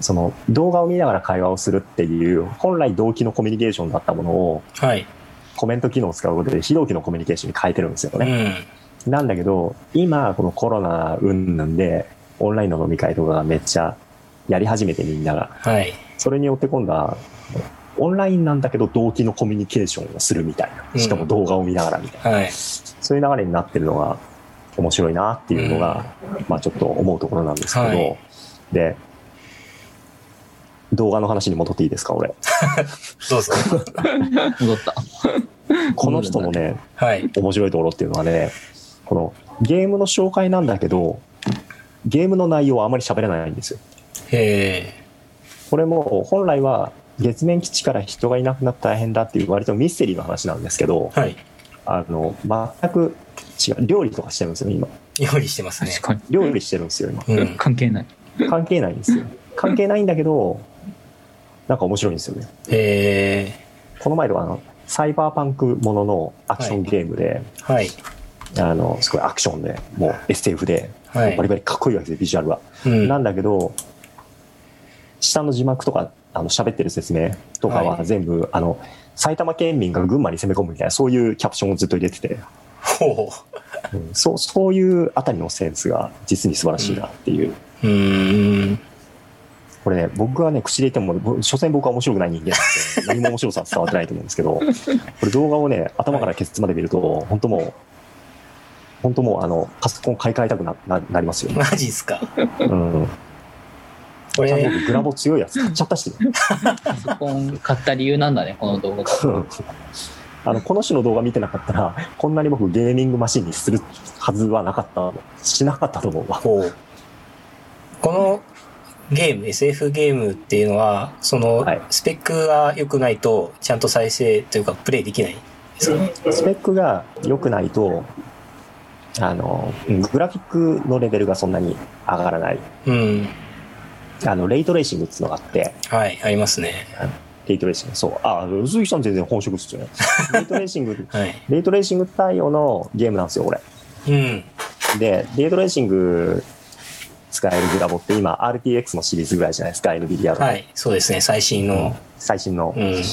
Speaker 3: その動画を見ながら会話をするっていう、本来同期のコミュニケーションだったものを、
Speaker 1: はい。
Speaker 3: コメント機能を使うことで非同期のコミュニケーションに変えてるんですよね。
Speaker 1: うん。
Speaker 3: なんだけど、今、このコロナ云々で、オンラインの飲み会とかがめっちゃやり始めてみんなが。
Speaker 1: はい。
Speaker 3: それによって今度は、オンラインなんだけど同期のコミュニケーションをするみたい
Speaker 1: うん
Speaker 3: な。しかも動画を見ながらみたいな。
Speaker 1: はい。
Speaker 3: そういう流れになってるのが面白いなっていうのが、まあちょっと思うところなんですけど、
Speaker 1: はい
Speaker 3: で、動画の話に戻っていいです か、俺。
Speaker 1: どうぞ。
Speaker 2: ー戻った。
Speaker 3: この人のね、
Speaker 1: はい。
Speaker 3: 面白いところっていうのはね、このゲームの紹介なんだけど、ゲームの内容はあまり喋らないんですよ。
Speaker 1: え
Speaker 3: これも本来は月面基地から人がいなくなって大変だっていう割とミステリーの話なんですけど、
Speaker 1: ー。はい。
Speaker 3: あの、全く違う。料理とかしてるんですよね、今。
Speaker 1: 料理してますね
Speaker 2: 確。かに。
Speaker 3: 料理してるんですよ、
Speaker 1: うん。
Speaker 2: 関係ない。
Speaker 3: 今。関係ないんですよ。関係ないんだけど、なんか面白いんですよね。
Speaker 1: え
Speaker 3: この前とかあの、サイバーパンクもののアクションゲームで、
Speaker 1: ー。はい。
Speaker 3: あの、すごいアクションで、もう SF で、
Speaker 1: は
Speaker 3: バリ
Speaker 1: い。
Speaker 3: バリかっこいいわけですよ、ビジュアルは。
Speaker 1: うん。
Speaker 3: なんだけど、下の字幕とか、あの喋ってる説明とか
Speaker 1: は
Speaker 3: はい全部、あの、埼玉県民が群馬に攻め込むみたいな、そういうキャプションをずっと入れてて、
Speaker 1: ほ
Speaker 3: うんそう、そういうあたりのセンスが実に素晴らしいなっていう。
Speaker 1: う。うーん。
Speaker 3: これね、僕はね、口で言っても、ぼ所詮僕は面白くない人間なん で、何も面白さは伝わってないと思うんですけど、これ動画をね、頭からケツまで見ると、本当もう、本当もう、あの、パソコン買い替えたくなななりますよ。
Speaker 1: マジっすか。
Speaker 3: うん。
Speaker 1: こ
Speaker 3: ちゃん
Speaker 1: れ、
Speaker 3: とグラボ強いやつ買っちゃったし、
Speaker 2: パソコン買った理由なんだね、この動画が。
Speaker 3: あのこの種の動画見てなかったら、こんなに僕ゲーミングマシンにするはずはなかった、しなかったと思うわ。
Speaker 1: ほう。このゲーム、SF ゲームっていうのは、その
Speaker 3: はい、
Speaker 1: スペックが良くないと、ちゃんと再生というか、プレイできないですか
Speaker 3: スペックが良くないと、あの、うんグラフィックのレベルがそんなに上がらない。
Speaker 1: うん。
Speaker 3: あの、レイトレーシングっていうのがあって、
Speaker 1: はい、ありますね。
Speaker 3: レイトレーシング、そう。あ、鈴木さん全然本職っすよ ね。レイトレーシング、
Speaker 1: はい。
Speaker 3: レイトレーシング対応のゲームなんですよ、これ。
Speaker 1: うん。
Speaker 3: で、レイトレーシング使えるグラボって今、RTX のシリーズぐらいじゃないですか、NVIDIA の。
Speaker 1: はい、そうですね、最新の。
Speaker 3: 最新の。
Speaker 1: うん。
Speaker 3: だか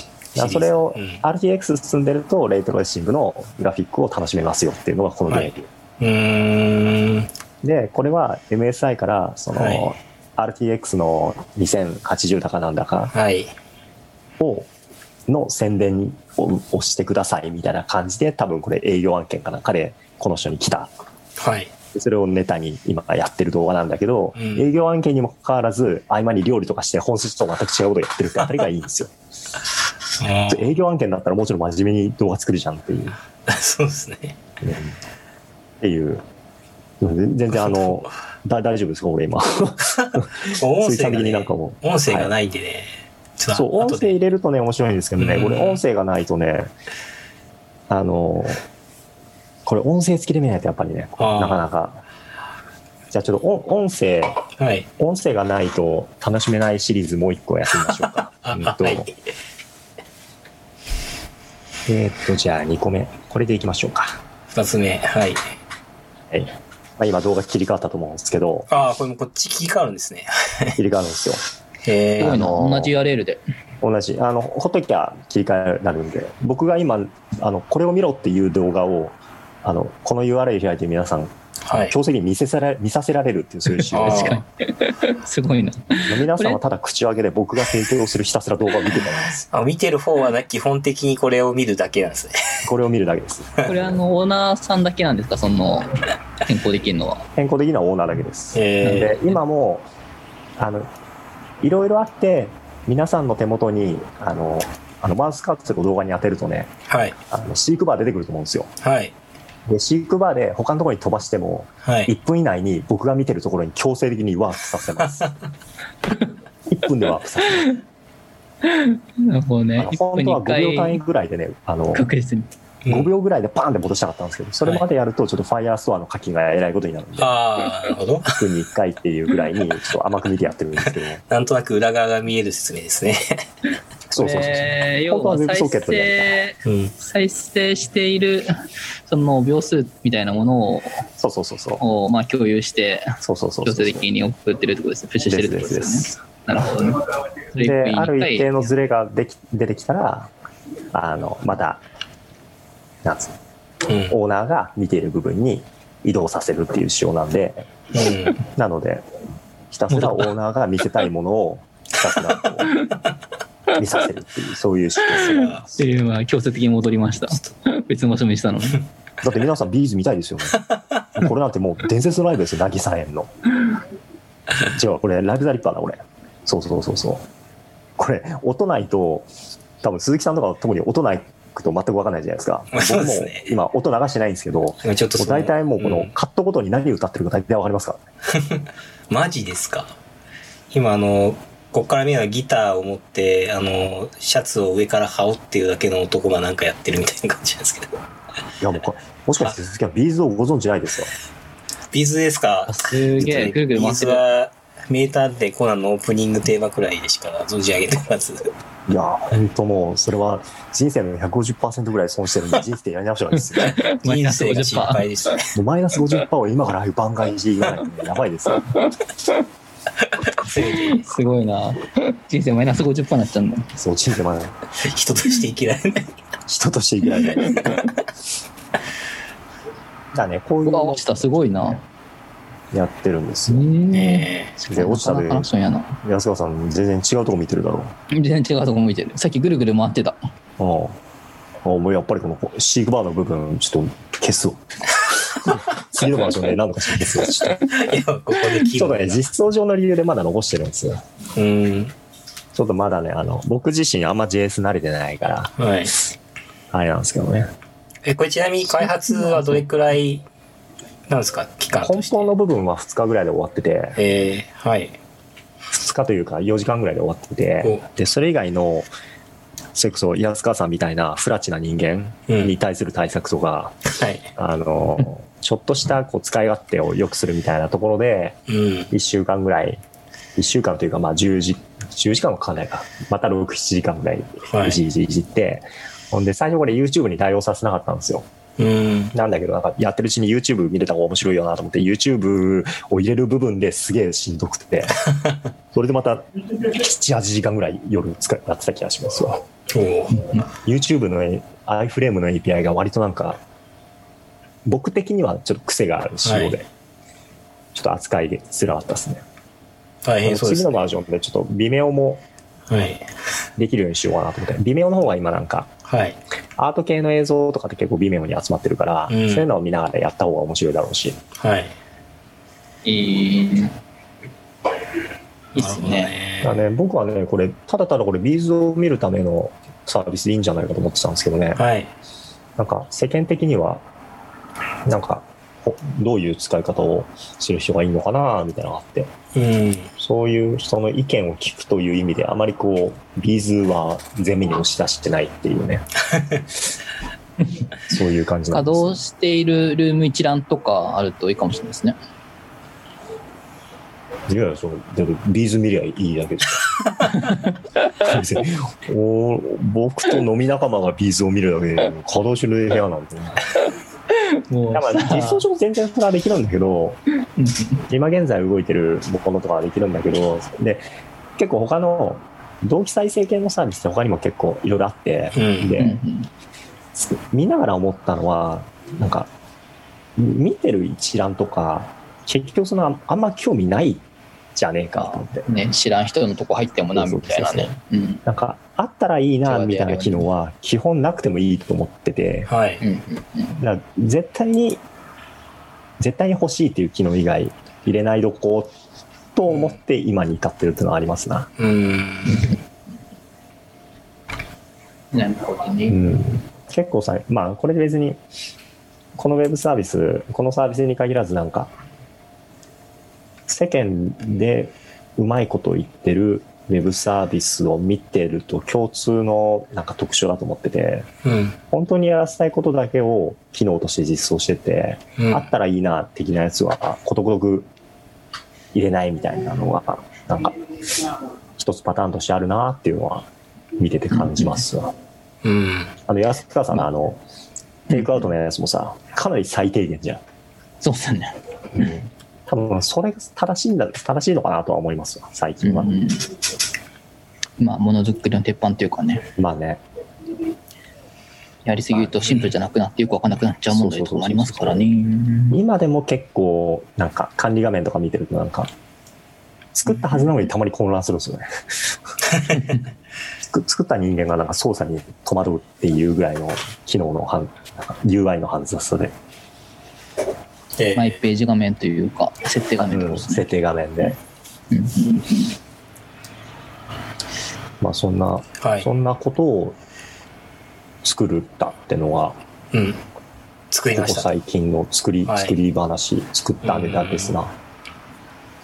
Speaker 3: らそれを
Speaker 1: シリーズ
Speaker 3: RTX 進んでると、レイトレーシングのグラフィックを楽しめますよっていうのがこのゲ
Speaker 1: うん。
Speaker 3: ーム。
Speaker 1: うーん。
Speaker 3: で、これは MSI から、その、
Speaker 1: はい
Speaker 3: RTX の2080だかなんだか
Speaker 1: はい。
Speaker 3: を、の宣伝ををしてくださいみたいな感じで、多分これ営業案件かなんかで、この人に来た。
Speaker 1: はい。
Speaker 3: でそれをネタに今やってる動画なんだけど、
Speaker 1: うん
Speaker 3: 営業案件にもかかわらず、合間に料理とかして本筋と全く違うことやってるってあたりがいいんですよ。営業案件だったらもちろん真面目に動画作るじゃんっていう。
Speaker 1: そうですね。
Speaker 3: っていう。全全然 あの、だ大丈夫ですか俺今。
Speaker 1: 音
Speaker 3: 鈴木さ
Speaker 1: 声
Speaker 3: ん
Speaker 1: が、
Speaker 3: 的になん
Speaker 1: ね
Speaker 3: か、もう。
Speaker 1: 音声がないんでね。ちょっと
Speaker 3: そう、音
Speaker 1: 後
Speaker 3: 声
Speaker 1: で
Speaker 3: 入れるとね、面白いんですけどね、
Speaker 1: うん
Speaker 3: これ音声がないとね、あの、これ音声付きで見ないとやっぱりね、
Speaker 1: あー
Speaker 3: なかなか。じゃあちょっと音音声、
Speaker 1: はい。
Speaker 3: 音声がないと楽しめないシリーズもう一個やってみましょう か。
Speaker 1: あ、
Speaker 3: うん
Speaker 1: あ
Speaker 3: と
Speaker 1: はい。
Speaker 3: えーっと、じゃあ2個目。これでいきましょうか。
Speaker 1: 二つ目。はい。
Speaker 3: はい。まあ、今動画切り替わったと思うんです けど、
Speaker 1: ああ、これもこっち切り替わるんですね。
Speaker 3: 切り替わるんですよ。
Speaker 1: へ
Speaker 2: す
Speaker 1: え
Speaker 2: ごいな、
Speaker 3: あのー
Speaker 2: 同じ URL で。
Speaker 3: 同じ。あの、ほっときゃ切り替えになるんで、僕が今、あの、これを見ろっていう動画を、あの、この URL 開いて皆さん、
Speaker 1: はい。
Speaker 3: 強制的に見せされ見させられるっていう、そういう仕様です
Speaker 1: あ
Speaker 2: 確
Speaker 1: ー
Speaker 2: かに。すごいな。
Speaker 3: 皆さんはただ口を開けて僕が提供するひたすら動画を見てたんです。
Speaker 1: あ、見てる方はな、基本的にこれを見るだけなんですね。
Speaker 3: これを見るだけです。
Speaker 2: これあの、オーナーさんだけなんですかその、変更できるのは。
Speaker 3: 変更的なオーナーだけです。
Speaker 1: へ
Speaker 3: で今もあのいろいろあって皆さんの手元にあのあのマウスカートルを動画に当てるとね
Speaker 1: はい。
Speaker 3: あの飼育バー出てくると思うんですよ
Speaker 1: はい。
Speaker 3: で飼育バーで他のところに飛ばしても
Speaker 1: はい。
Speaker 3: 1分以内に僕が見てるところに強制的にワープさせます1分でワープさせる
Speaker 2: なるほど
Speaker 3: あ
Speaker 2: ね
Speaker 3: の。
Speaker 2: 一
Speaker 3: 本当は5秒単位
Speaker 2: 回
Speaker 3: ぐらいでねあの
Speaker 2: 確実に。
Speaker 1: うん
Speaker 3: 5秒ぐらいでパーンって戻したかったんですけどそれまでやるとちょっとファイヤーストアの課金がえらいことになるんで1
Speaker 1: ああ、なるほど。
Speaker 3: 分に1回っていうぐらいにちょっと甘く見てやってるんで すけど
Speaker 1: なんとなく裏側が見える説明ですね。
Speaker 3: そうそうそうそう
Speaker 2: えー要は
Speaker 3: 本当は Web ソ
Speaker 2: 再
Speaker 3: ケットでやりたい
Speaker 2: 生、
Speaker 1: うん。
Speaker 2: 再生している、その秒数みたいなものを
Speaker 3: そうそうそうそう。
Speaker 2: を、まあ、共有して、
Speaker 3: そうそうそう
Speaker 2: 強
Speaker 3: そ
Speaker 2: 制
Speaker 3: う。
Speaker 2: 的に送ってるってことですね。プッシュしてるってことですよね。なるほどね。それ
Speaker 3: で、ある一定の
Speaker 2: 一
Speaker 3: ズレができ出てきたら、あの、また、なんつうの
Speaker 1: うん。
Speaker 3: オーナーが見ている部分に移動させるっていう仕様なんで、
Speaker 1: うん。
Speaker 3: なので、ひた すらオーナーが見せたいものを、ひたすらこ う、見させるっていう、そういう仕様なんです。
Speaker 2: 回っていうのは強制的に戻りました。別の場所にしたのに。
Speaker 3: だって皆さんビーズ見たいですよ ね。これなんてもう伝説のライブですよ、なぎさ園の。違う、これライブザリッパーだ、これ。そうそうそうそう。これ、音ないと、多分鈴木さんとか特に音ないと全く分かんないじゃないですか。
Speaker 1: まあそう
Speaker 3: 僕
Speaker 1: で
Speaker 3: も
Speaker 1: すね
Speaker 3: 今音流してないんですけど、も
Speaker 1: 今ちょっと
Speaker 3: う大体もうこ
Speaker 1: う
Speaker 3: の
Speaker 1: ん
Speaker 3: カットごとに何歌ってるか大体分かりますからね。
Speaker 1: マジですか今あの、こっから見るのはギターを持って、あの、シャツを上から羽織っていうだけの男がなんかやってるみたいな感じなんですけど。
Speaker 3: いやもうこれ、もしかして鈴木はビーズをご存知ないですか
Speaker 1: ビーズですか
Speaker 2: すげえ、ぐるぐる
Speaker 1: ビー
Speaker 2: 回っ
Speaker 1: ズ
Speaker 2: てる。
Speaker 1: は、名探偵コナンのオープニングテーマくらいでしか存じ上げておら ず。
Speaker 3: いや、本当もう、それは人生の150%ぐらい損してるんで、人生やり直した方がいいですよ。
Speaker 2: マイ
Speaker 1: 人
Speaker 2: ナス
Speaker 1: 生が心配
Speaker 2: 50%。
Speaker 1: ですね。
Speaker 3: もうマイナス50%を今からああいう番外に言わないとねやばいですよ。
Speaker 1: せめて
Speaker 2: すごいな。人生マイナス50%になっちゃうんだ。
Speaker 3: そう、人生まだ
Speaker 1: 人として生きられない。
Speaker 3: 人として生きられない。だね、こういう
Speaker 2: うわ、
Speaker 3: の
Speaker 2: 落ちた、すごいな。
Speaker 3: やってるんですよ。
Speaker 2: ね
Speaker 1: ねえ
Speaker 2: え。
Speaker 3: で落ちた
Speaker 2: な
Speaker 3: で
Speaker 2: かなかアクションやな。
Speaker 3: 安川さん、全然違うとこ見てるだろ
Speaker 2: 全然違うとこ向いてる。さっきぐるぐる回ってた。
Speaker 3: う。うん。あもうやっぱりこの飼育バーの部分、ちょっと消すわ。 次の場所ね、何度か消すわ。ちょっと
Speaker 1: いや、ここで気
Speaker 3: ちょ
Speaker 1: 分
Speaker 3: っと
Speaker 1: が
Speaker 3: ね、実装上の理由でまだ残してるんですよ。
Speaker 1: うん。
Speaker 3: ちょっとまだね、あの、僕自身あんま JS 慣れてないから、
Speaker 1: はい。
Speaker 3: あれなんですけどね。
Speaker 1: え、これちなみに開発はどれくらいなんですか期間と
Speaker 3: 根
Speaker 1: して。
Speaker 3: 本の部分は2日ぐらいで終わってて、
Speaker 1: えー、はい。
Speaker 3: 2日というか4時間ぐらいで終わって
Speaker 1: お
Speaker 3: て、で、それ以外の、それこそ安川さんみたいなフラチな人間
Speaker 1: うん
Speaker 3: に対する対策とか、
Speaker 1: はい。
Speaker 3: あの、ちょっとしたこう使い勝手を良くするみたいなところで、
Speaker 1: うん。
Speaker 3: 1週間ぐらい、1週間というかまあ10時、10時間はかかんないか。また6、7時間ぐらい、
Speaker 1: はい
Speaker 3: いじいじいじって、ほんで最初これ YouTube に対応させなかったんですよ。
Speaker 1: うん。
Speaker 3: なんだけど、なんかやってるうちに YouTube 見れた方が面白いよなと思って、YouTube を入れる部分ですげえしんどく て、それでまた7、8時間ぐらい夜使やってた気がしますわ。
Speaker 1: おー
Speaker 3: YouTube の iFrame の API が割となんか、僕的にはちょっと癖がある仕様で、ちょっと扱いづらかったですね。
Speaker 1: 大変そうで
Speaker 3: 次
Speaker 1: す
Speaker 3: の
Speaker 1: ね。
Speaker 3: バージョンでちょっと微妙も
Speaker 1: はい。
Speaker 3: できるようにしようかなと思って、微妙の方が今なんか、
Speaker 1: はい。
Speaker 3: アート系の映像とかって結構微妙に集まってるから、
Speaker 1: うん
Speaker 3: そういうのを見ながらやった方が面白いだろうし、
Speaker 1: はい。
Speaker 2: いいね。いいっすね。
Speaker 1: なるほ
Speaker 3: だ
Speaker 1: どね。
Speaker 3: ね、僕はね、これ、ただただこれ、ビーズを見るためのサービスでいいんじゃないかと思ってたんですけどね、
Speaker 1: はい。
Speaker 3: なんか世間的には、なんか、ほどういう使い方をする人がいいのかなみたいなのがあって、
Speaker 1: うん。
Speaker 3: そういう人の意見を聞くという意 味で、あまりこう、ビーズはゼミに押し出してないっていうね、そういう感じなん
Speaker 2: 稼
Speaker 3: です、
Speaker 2: 働しているルーム一覧とかあるといいかもしれないですね。
Speaker 3: いやいや、そう、だってビーズ見りゃいいだけですから。別に お僕と飲み仲間がビーズを見るだけで、稼働する部屋なんて、ね。
Speaker 2: も
Speaker 3: まあ実装上全然それはできるんだけど、今現在動いてるものとかはできるんだけど、で、結構他の同期再生系のサービスって他にも結構いろいろあって、
Speaker 1: うん
Speaker 3: で、見ながら思ったのは、なんか、見てる一覧とか、結局そのあんま興味ないじゃねえかと思って。
Speaker 2: ね、知らん人のとこ入ってもな、みたいなね。うん。
Speaker 3: なんか、あったらいいな、みたいな機能は、基本なくてもいいと思ってて、
Speaker 1: はい。
Speaker 2: うん。
Speaker 3: だから絶対に、絶対に欲しいっていう機能以外、入れないどこと思って今に至ってるっていうのはありますな。
Speaker 1: うん。
Speaker 2: うんなるほど
Speaker 3: う
Speaker 2: ね。
Speaker 3: ん。結構さ、まあ、これで別に、このウェブサービス、このサービスに限らずなんか、世間でうまいこと言ってるウェブサービスを見てると共通のなんか特徴だと思ってて、
Speaker 1: うん。
Speaker 3: 本当にやらせたいことだけを機能として実装してて、
Speaker 1: うん
Speaker 3: あったらいいな的なやつはことごとく入れないみたいなのがなんか一つパターンとしてあるなっていうのは見てて感じますわ、
Speaker 1: うん。
Speaker 3: あの安川さんのあのテイクアウトのやつもさかなり最低限じゃん、
Speaker 2: そうだね。
Speaker 3: 多分それが正しいんだ正しいのかなとは思いますわ最近は、
Speaker 2: うんまあ、ものづくりの鉄板というかね、
Speaker 3: まあね
Speaker 2: やりすぎるとシンプルじゃなくなってよくわかんなくなっちゃう問題とかもありますからね。うん
Speaker 3: 今でも結構なんか管理画面とか見てるとなんか作ったはずなのにたまに混乱するんですよ ね作作った人間がなんか操作に戸惑うっていうぐらいの機能の反なんか UI の煩雑さで、
Speaker 1: え
Speaker 2: マイページ画面というか、設定画面とか
Speaker 3: うん
Speaker 2: ですね。
Speaker 3: 設定画面で、
Speaker 2: うん
Speaker 3: まあ、そんな、
Speaker 1: はい
Speaker 3: そ。んなことを作るったってのが
Speaker 1: うん。作り
Speaker 3: こ
Speaker 1: ま
Speaker 3: こ
Speaker 1: した。
Speaker 3: 最近の作り、
Speaker 1: はい
Speaker 3: 作り話作ったネタですな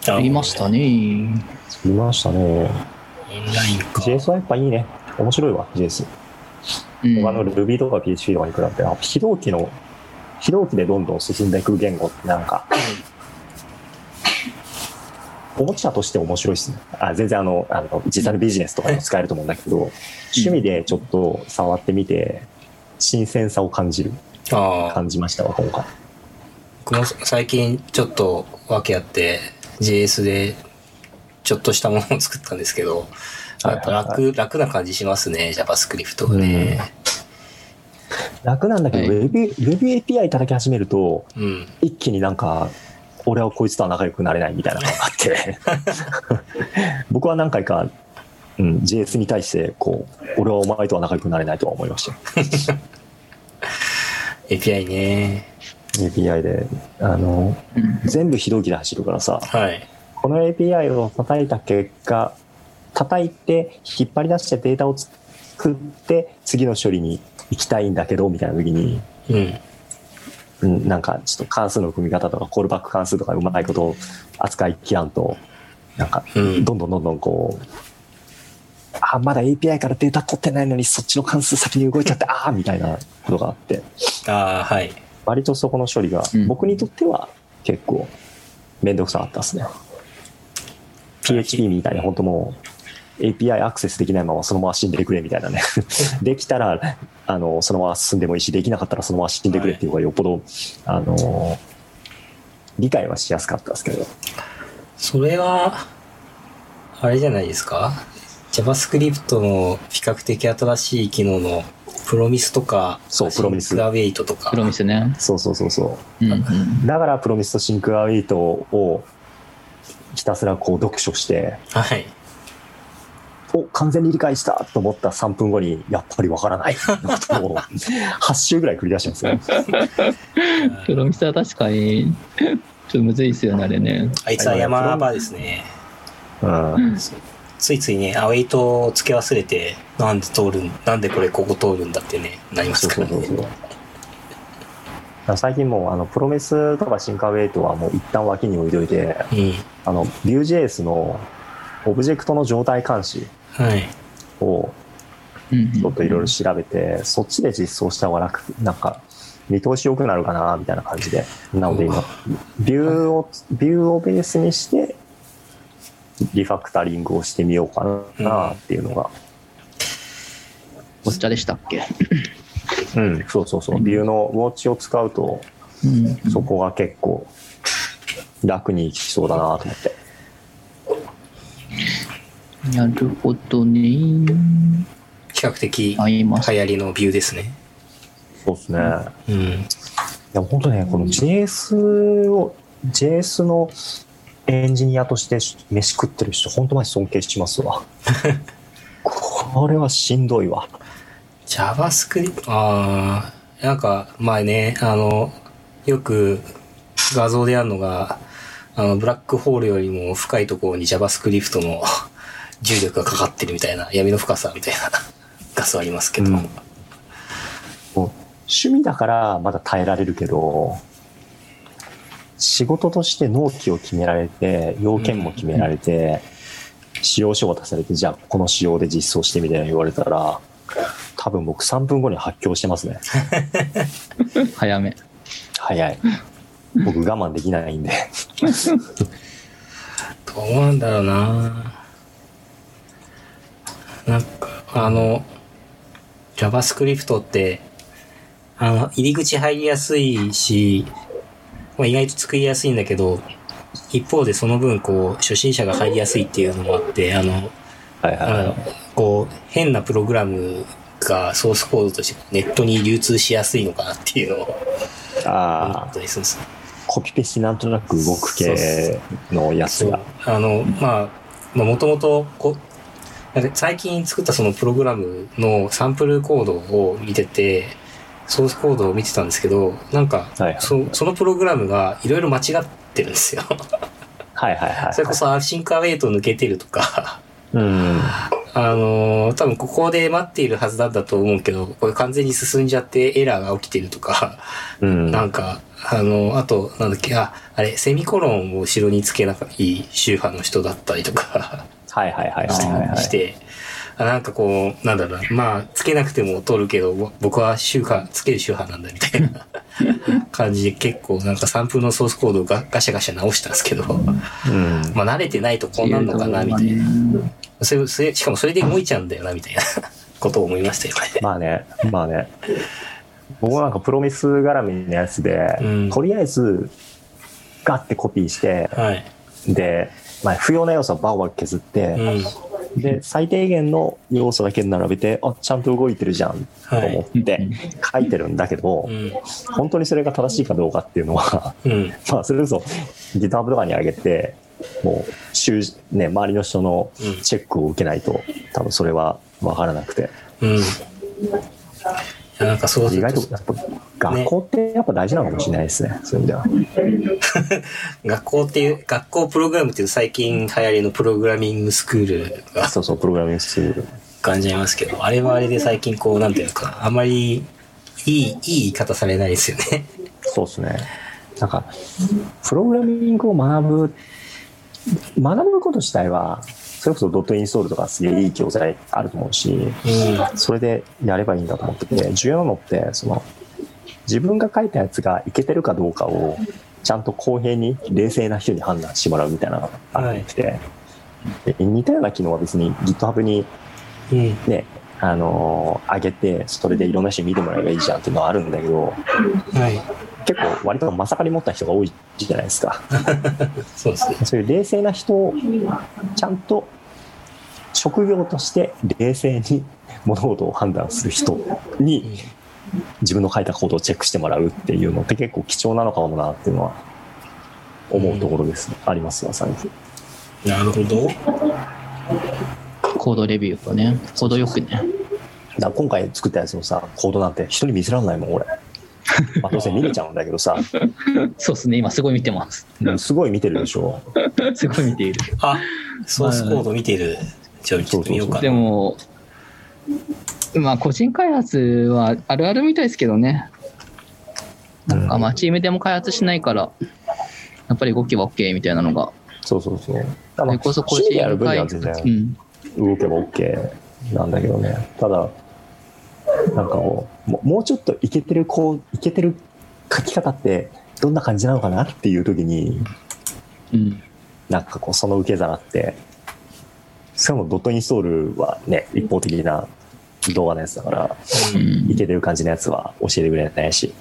Speaker 1: あ
Speaker 2: 言いましたね。
Speaker 3: 作りましたね
Speaker 1: オンラインか。
Speaker 3: JS はやっぱいいね面白いわ JS
Speaker 2: うん
Speaker 3: 他の Ruby とか PHP とかに比べて、あ非同期の、非同期でどんどん進んでいく言語ってなん か、おもちゃとして面白いですね。あ全然あの、あの、実際のビジネスとかにも使えると思うんだけど、趣味でちょっと触ってみて、新鮮さを感じる、
Speaker 1: ああ。
Speaker 3: 感じましたわ、今回。
Speaker 1: 僕も最近ちょっと訳あって JS でちょっとしたものを作ったんですけど、やっぱ
Speaker 3: はいはい
Speaker 1: 楽、楽な感じしますね、JavaScript がね。
Speaker 3: 楽なんだけど、
Speaker 2: はい
Speaker 3: Ruby、Ruby API 叩き始めると、
Speaker 1: うん。
Speaker 3: 一気になんか、俺はこいつとは仲良くなれないみたいなのがあって、 僕は何回か、うん、JS に対して、こう、俺はお前とは仲良くなれないとは思いました。
Speaker 1: API ね。
Speaker 3: API で、あの、
Speaker 2: うん
Speaker 3: 全部非同期で走るからさ、
Speaker 1: はい。
Speaker 3: この API を叩いた結果、叩いて引っ張り出してデータを作って、次の処理に行きたいんだけど、みたいな時に、
Speaker 1: うん。
Speaker 3: うん、なんかちょっと関数の組み方とかコールバック関数とかうまいことを扱いきらんとなんか
Speaker 1: うん
Speaker 3: どんどんどんどんこう、あまだ API からデータ取ってないのにそっちの関数先に動いち ゃってああみたいなことがあって
Speaker 1: ああ、はい。
Speaker 3: 割とそこの処理が
Speaker 2: うん
Speaker 3: 僕にとっては結構面倒くさかったですね、PHP みたいに本当もう API アクセスできないままそのまま死んでくれみたいなねできたらあのそのまま進んでもいいしできなかったらそのまま死んでくれっていう方がよっぽど、あの理解はしやすかったですけど
Speaker 1: それは、あれじゃないですか ?JavaScript の比較的新しい機能のプロミスとか、
Speaker 3: そうプロミス
Speaker 1: シンクアウェイトとか
Speaker 2: プ。ロミスね。
Speaker 3: そうそうそうそう
Speaker 2: うんうん
Speaker 3: だからプロミスとシンクアウェイトをひたすらこう読書して
Speaker 1: はい。
Speaker 3: お完全に理解したと思った3分後にやっぱりわからない のことを8週ぐらい繰り出してますね
Speaker 2: プロミスは確かに、 ちょっとむずいですよね、あれね。
Speaker 1: あいつは山場ですね。
Speaker 3: うん
Speaker 1: ついついね、アウェイトを付け忘れて、なんで通るん、なんでこれここ通るんだってね、なります
Speaker 3: そう
Speaker 1: か
Speaker 3: そう
Speaker 1: ら
Speaker 3: そうそ
Speaker 1: ね。
Speaker 3: うだから最近もうあのプロメスとかシンカーウェイトはもう一旦脇に置いといて
Speaker 1: うん。
Speaker 3: あの Vue.js のオブジェクトの状態監視
Speaker 1: はい。
Speaker 3: を
Speaker 2: うんうん
Speaker 3: ちょっといろいろ調べて、そっちで実装した方が楽、なんか、見通し良くなるかな、みたいな感じで。なので今、ビューを、ビューをベースにして、リファクタリングをしてみようかな、っていうのが。
Speaker 2: お茶でしたっけ、
Speaker 3: うん、そうそうそう。ビューのウォッチを使うと、
Speaker 2: うん、
Speaker 3: そこが結構、楽にいきそうだなと思って。
Speaker 2: なるほどね
Speaker 1: 比較的
Speaker 2: 合います
Speaker 1: 流行りのビューですね。
Speaker 3: そうですね。
Speaker 1: うん。
Speaker 3: いや、本当ね、この JS を、JS のエンジニアとして飯食ってる人、本当マジ尊敬しますわ。これはしんどいわ。
Speaker 1: JavaScript? ああ、なんか前ね、あの、よく画像であるのが、あの、ブラックホールよりも深いところに JavaScript の重力がかかってるみたいな、闇の深さみたいな画像ありますけど。
Speaker 3: うんもう趣味だからまだ耐えられるけど、仕事として納期を決められて、要件も決められて、使用書を渡されて、じゃあこの仕様で実装してみたいなの言われたら、多分僕3分後に発狂してますね。
Speaker 2: 早め
Speaker 3: 早い。僕我慢できないんで。
Speaker 1: どうなんだろうななんか、あの、JavaScript って、あの、入り口入りやすいし、まあ、意外と作りやすいんだけど、一方でその分、こう、初心者が入りやすいっていうのもあって、あの、
Speaker 3: はいはい
Speaker 1: あ
Speaker 3: は
Speaker 1: の
Speaker 3: い。
Speaker 1: こう、変なプログラムがソースコードとしてネットに流通しやすいのかなっていうのを思
Speaker 3: ああ
Speaker 1: っ。たりするんですよ
Speaker 3: コピペしなんとなく動く系のやつ
Speaker 1: そう
Speaker 3: が。
Speaker 1: あのまあもともと最近作ったそのプログラムのサンプルコードを見ててソースコードを見てたんですけどなんか、
Speaker 3: はい
Speaker 1: そそのプログラムがいろいろ間違ってるんですよ
Speaker 3: はいはいはい。
Speaker 1: それこそアシンクアウェイト抜けてるとか
Speaker 3: うん。
Speaker 1: あのー多分ここで待っているはずなんだと思うけどこれ完全に進んじゃってエラーが起きてるとか
Speaker 3: うん。
Speaker 1: なんか、あの、あと、なんだっけ、あ、あれ、セミコロンを後ろにつけなきゃいい宗派の人だったりとか
Speaker 3: はいはいはいはい
Speaker 1: して、
Speaker 3: はいはい。
Speaker 1: あなんかこう、なんだろうな、まあ、つけなくても通るけど、ぼ僕は宗派、つける宗派なんだみたい な感じで結構なんかサンプルのソースコードをガガシャガシャ直したんですけど、
Speaker 3: うん。
Speaker 1: まあ慣れてないとこうなるのかな、みたいな。それ、それ、しかもそれで動いちゃうんだよな、みたいなことを思いましたよね。
Speaker 3: まあね、まあね。僕はなんかプロミス絡みのやつで、
Speaker 1: うん
Speaker 3: とりあえず、ガッてコピーして、
Speaker 1: はい。
Speaker 3: で、まあ、不要な要素はバンバン削って、
Speaker 1: うん。
Speaker 3: で最低限の要素だけ並べてあちゃんと動いてるじゃんと思って書いてるんだけど、
Speaker 1: うん。
Speaker 3: 本当にそれが正しいかどうかっていうのは
Speaker 1: うん。
Speaker 3: まあ、それこそ GitHub とかに上げて、もう周知、ね、周りの人の
Speaker 1: うん
Speaker 3: チェックを受けないと、多分それは分からなくて、
Speaker 1: うん。いやなんかそうす
Speaker 3: 意
Speaker 1: る
Speaker 3: 外
Speaker 1: と
Speaker 3: とやっぱ学校ってやっぱ大事なのかもしれないですね、そういう意味では。
Speaker 1: 学校っていう、学校プログラムっていう最近流行りのプログラミングスクールが
Speaker 3: そうそう、プログラミングスクール。
Speaker 1: 感じますけど、あれはあれで最近こう、なんていうのか、あんまりいい、いい言い方されないですよね。
Speaker 3: そうですね。なんか、プログラミングを学ぶ、学ぶこと自体は、それこそドットインストールとかすげえいい教材あると思うし、
Speaker 1: う
Speaker 3: それでやればいいんだと思ってて、重要なのって、その、自分が書いたやつがいけてるかどうかを、ちゃんと公平に、冷静な人に判断してもらうみたいなのがあって、で似たような機能は別に GitHub に
Speaker 1: ん。うん。
Speaker 3: ね、あのー上げて、それでいろんな人に見てもらえばいいじゃんっていうのはあるんだけど、
Speaker 1: はい。
Speaker 3: 結構割とまさかり持った人が多いじゃないですか。
Speaker 1: そうですね。
Speaker 3: そういう冷静な人を、ちゃんと職業として冷静に物事を判断する人に、自分の書いたコードをチェックしてもらうっていうのって結構貴重なのかもなっていうのは思うところです、ねありますわ最近
Speaker 1: うんなるほど。
Speaker 2: コードレビューとねコードよくね
Speaker 3: だから今回作ったやつのさコードなんて人に見せらんないもん俺まあどうせ見れちゃうんだけどさ
Speaker 2: そうですね今すごい見てます
Speaker 3: すごい見てるでしょ
Speaker 2: すごい見ている
Speaker 1: あ、ソースコード見てる。じゃあ、ちょっと見ようか
Speaker 2: で
Speaker 1: な。
Speaker 2: もまあ個人開発はあるあるみたいですけどねなんかまあチームでも開発しないからやっぱり動けば OK みたいなのが
Speaker 3: そうそうそうだから
Speaker 2: そ
Speaker 3: まあ
Speaker 2: れこそ個
Speaker 3: 趣味でやる
Speaker 2: 人
Speaker 3: 分に
Speaker 2: 開
Speaker 3: は
Speaker 2: 発
Speaker 3: 全
Speaker 2: う
Speaker 3: 然
Speaker 2: ん
Speaker 3: 動けば OK なんだけどね。ただ、なんかこう、ももうちょっといけてる、こう、いけてる書き方って、どんな感じなのかなっていう時に、
Speaker 2: うん。
Speaker 3: なんかこう、その受け皿って、しかもドットインストールはね、一方的な動画のやつだから、いけてる感じのやつは教えてくれないし。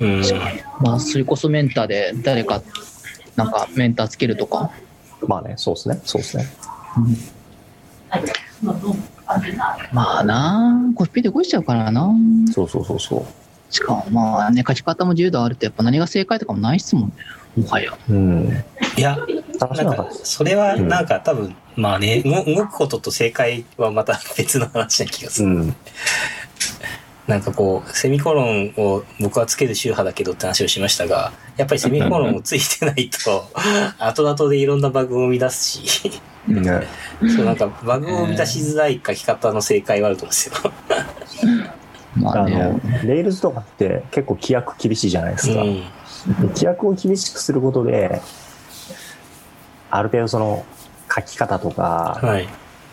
Speaker 1: うん。うん。
Speaker 2: まあ、それこそメンターで誰か、なんかメンターつけるとか、
Speaker 3: まあね、そうですね、そうですね。
Speaker 2: まあなあコピーで動いちゃうからな
Speaker 3: そうそうそうそう。
Speaker 2: しかもまあね、書き方も自由度あると、やっぱ何が正解とかもないっすもんね。もはや。
Speaker 3: うん。
Speaker 1: いや、
Speaker 3: 楽
Speaker 1: な
Speaker 3: しか
Speaker 1: ん
Speaker 3: った
Speaker 1: か
Speaker 3: で、す。
Speaker 1: それはなんか多分、まあね、動動くことと正解はまた別の話な気がす
Speaker 3: う
Speaker 1: る。
Speaker 3: ん。
Speaker 1: なんかこう、セミコロンを僕はつける宗派だけどって話をしましたが、やっぱりセミコロンをついてないと、後々でいろんなバグを生み出すし、
Speaker 3: ね、
Speaker 1: そうなんかバグを生み出しづらい書き方の正解はあると思うん
Speaker 2: まあ
Speaker 3: あ
Speaker 2: ね
Speaker 3: の。、レールズとかって結構規約厳しいじゃないで
Speaker 1: です
Speaker 3: す
Speaker 1: よ。
Speaker 3: か。
Speaker 1: うん。
Speaker 3: 規約を厳しくすることで、ある程度その書き方とか
Speaker 1: はい。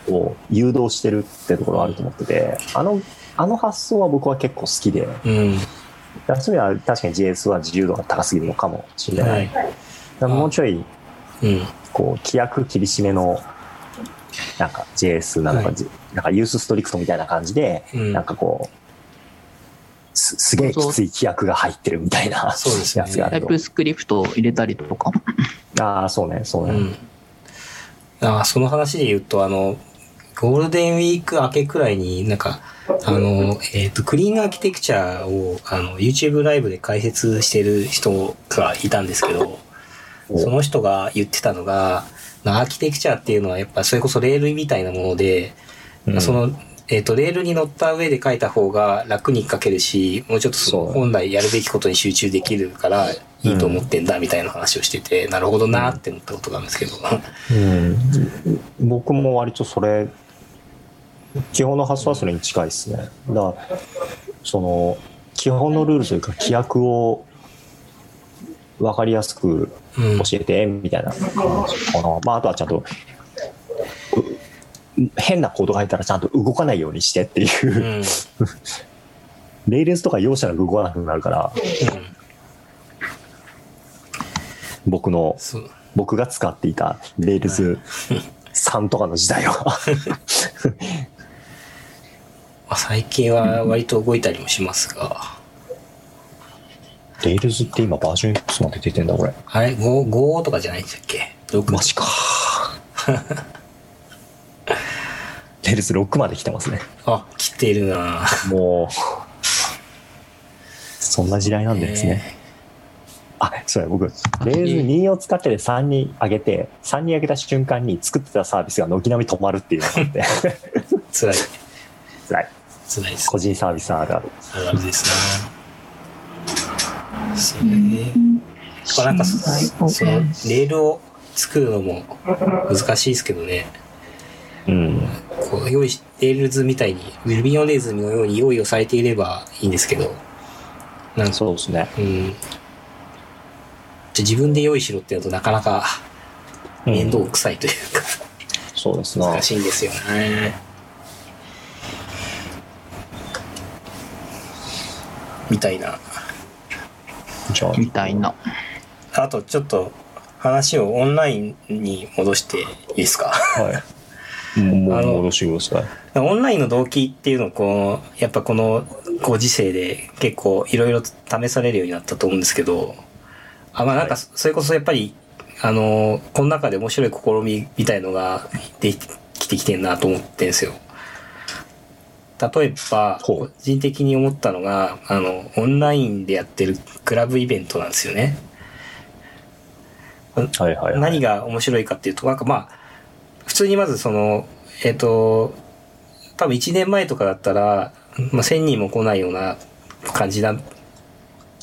Speaker 3: を誘導してるってところはあると思ってて、あの、あの発想は僕は結構好きで、
Speaker 1: うん。
Speaker 3: そういう意味では確かに JS は自由度が高すぎるのかもしれない。
Speaker 1: はい。
Speaker 3: だからもうちょい、
Speaker 1: うん。
Speaker 3: こう、規約厳しめの、なんか JS なのか、
Speaker 1: はい
Speaker 3: じなんかユースストリクトみたいな感じで、
Speaker 1: うん
Speaker 3: なんかこう、すすげえきつい規約が入ってるみたいな
Speaker 1: そうですね
Speaker 3: やつがあ
Speaker 2: タイ
Speaker 3: ると
Speaker 2: プ。スクリプトを入れたりとか。
Speaker 3: ああ、そうね、そう
Speaker 1: う
Speaker 3: ね。
Speaker 1: ん。あーその話で言うと、あの、ゴールデンウィーク明けくらいになんか、あの、えっ、と、クリーンアーキテクチャを、あの、YouTube ライブで解説してる人がいたんですけど、
Speaker 3: お
Speaker 1: その人が言ってたのが、アーキテクチャっていうのはやっぱそれこそレールみたいなもので、
Speaker 3: うん
Speaker 1: その、えっ、と、レールに乗った上で書いた方が楽に書けるし、もうちょっとその
Speaker 3: そう
Speaker 1: 本来やるべきことに集中できるからいいと思ってんだみたいな話をしてて、なるほどなーって思ったことがあるんですけど。
Speaker 3: うん、僕も割とそれ基本の発想はそれに近いですねだからその基本のルールというか規約を分かりやすく
Speaker 1: うん。
Speaker 3: 教えてみたいな、このまあ、あとはちゃんとう変なコードが入ったらちゃんと動かないようにしてっていう、
Speaker 1: うん。うん
Speaker 3: レイレースとか容赦なく動かなくなるから僕の
Speaker 1: そう。
Speaker 3: 僕が使っていたレールズ3とかの時代は
Speaker 1: まあ最近は割と動いたりもしますが。
Speaker 3: レールズって今バージョンいくつまで出てんだこれ
Speaker 1: あれ ?5、5とかじゃないんだっけ ?6。
Speaker 3: マジか。レールズ6まで来てますね。
Speaker 1: あ、切っているなぁ
Speaker 3: もう、そんな時代なんですね。あ、そうや、僕、レールズ2を使ってて3に上げて、3に上げた瞬間に作ってたサービスが軒並み止まるっていうのがあって、
Speaker 1: えー辛い。
Speaker 3: 辛い。
Speaker 1: 辛いです
Speaker 3: 個。人サービスあるある。
Speaker 1: あるあるですなぁそうね。まあなんかそ、その、レールを作るのも難しいですけどね。
Speaker 3: うん。
Speaker 1: こう、用意し、レールズみたいに、ウィルビオンレーズのように用意をされていればいいんですけど。なんか
Speaker 3: そうですね。
Speaker 1: うん。じゃあ自分で用意しろってやるとなかなか
Speaker 3: うん
Speaker 1: 面倒くさいというか、
Speaker 3: そうですな。
Speaker 1: 難しいんですよね。みたいな。
Speaker 3: じゃあ、
Speaker 2: みたいな。
Speaker 1: あとちょっと話をオンラインに戻していいですか
Speaker 3: はい。も
Speaker 1: あ
Speaker 3: う
Speaker 1: の
Speaker 3: 戻してください。
Speaker 1: オンラインの動機っていうのをこう、やっぱこのご時世で結構いろいろ試されるようになったと思うんですけど、あまあなんかそそれこそやっぱり、あの、この中で面白い試みみたいのができてきてんなと思ってんですよ。例えば、
Speaker 3: ほ
Speaker 1: 個
Speaker 3: う
Speaker 1: 人的に思ったのが、あの、オンラインでやってるクラブイベントなんですよね。
Speaker 3: はいはい、はい。
Speaker 1: 何が面白いかっていうと、なんかまあ、普通にまずその、えっ、と、多分1年前とかだったら、まあ、1000人も来ないような感じだっ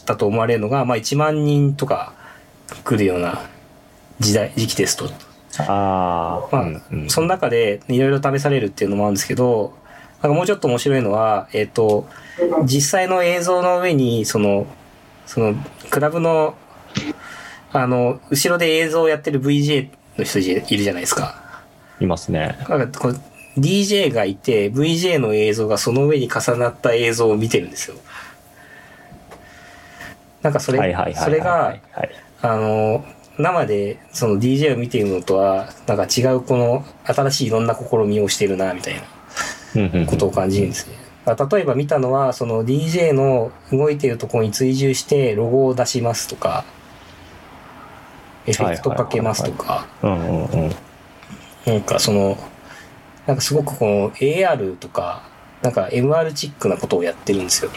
Speaker 1: たと思われるのが、まあ、1万人とか来るような時代、時期ですと。
Speaker 3: ああ、
Speaker 1: まあ
Speaker 3: うんうん
Speaker 1: その中でいろいろ試されるっていうのもあるんですけど、なんかもうちょっと面白いのは、えっ、と、実際の映像の上に、その、その、クラブの、あの、後ろで映像をやってる VJ の人いるじゃないですか。
Speaker 3: いますね。
Speaker 1: なんかこう DJ がいて、VJ の映像がその上に重なった映像を見てるんですよ。なんかそ
Speaker 3: はい
Speaker 1: れ
Speaker 3: はいはい、はい。
Speaker 1: それ
Speaker 3: は
Speaker 1: が
Speaker 3: い、はい
Speaker 1: あの、生でその DJ を見ているのとは、なんか違うこの新しいいろんな試みをしているな、みたいな。
Speaker 3: うんうんうん
Speaker 1: ことを感じるんですね。だから例えば見たのは、その DJ の動いてるところに追従してロゴを出しますとか、エフェクトかけますとか、
Speaker 3: うんうんうん。
Speaker 1: なんかその、なんかすごくこの AR とか、なんか MR チックなことをやってるんですよ。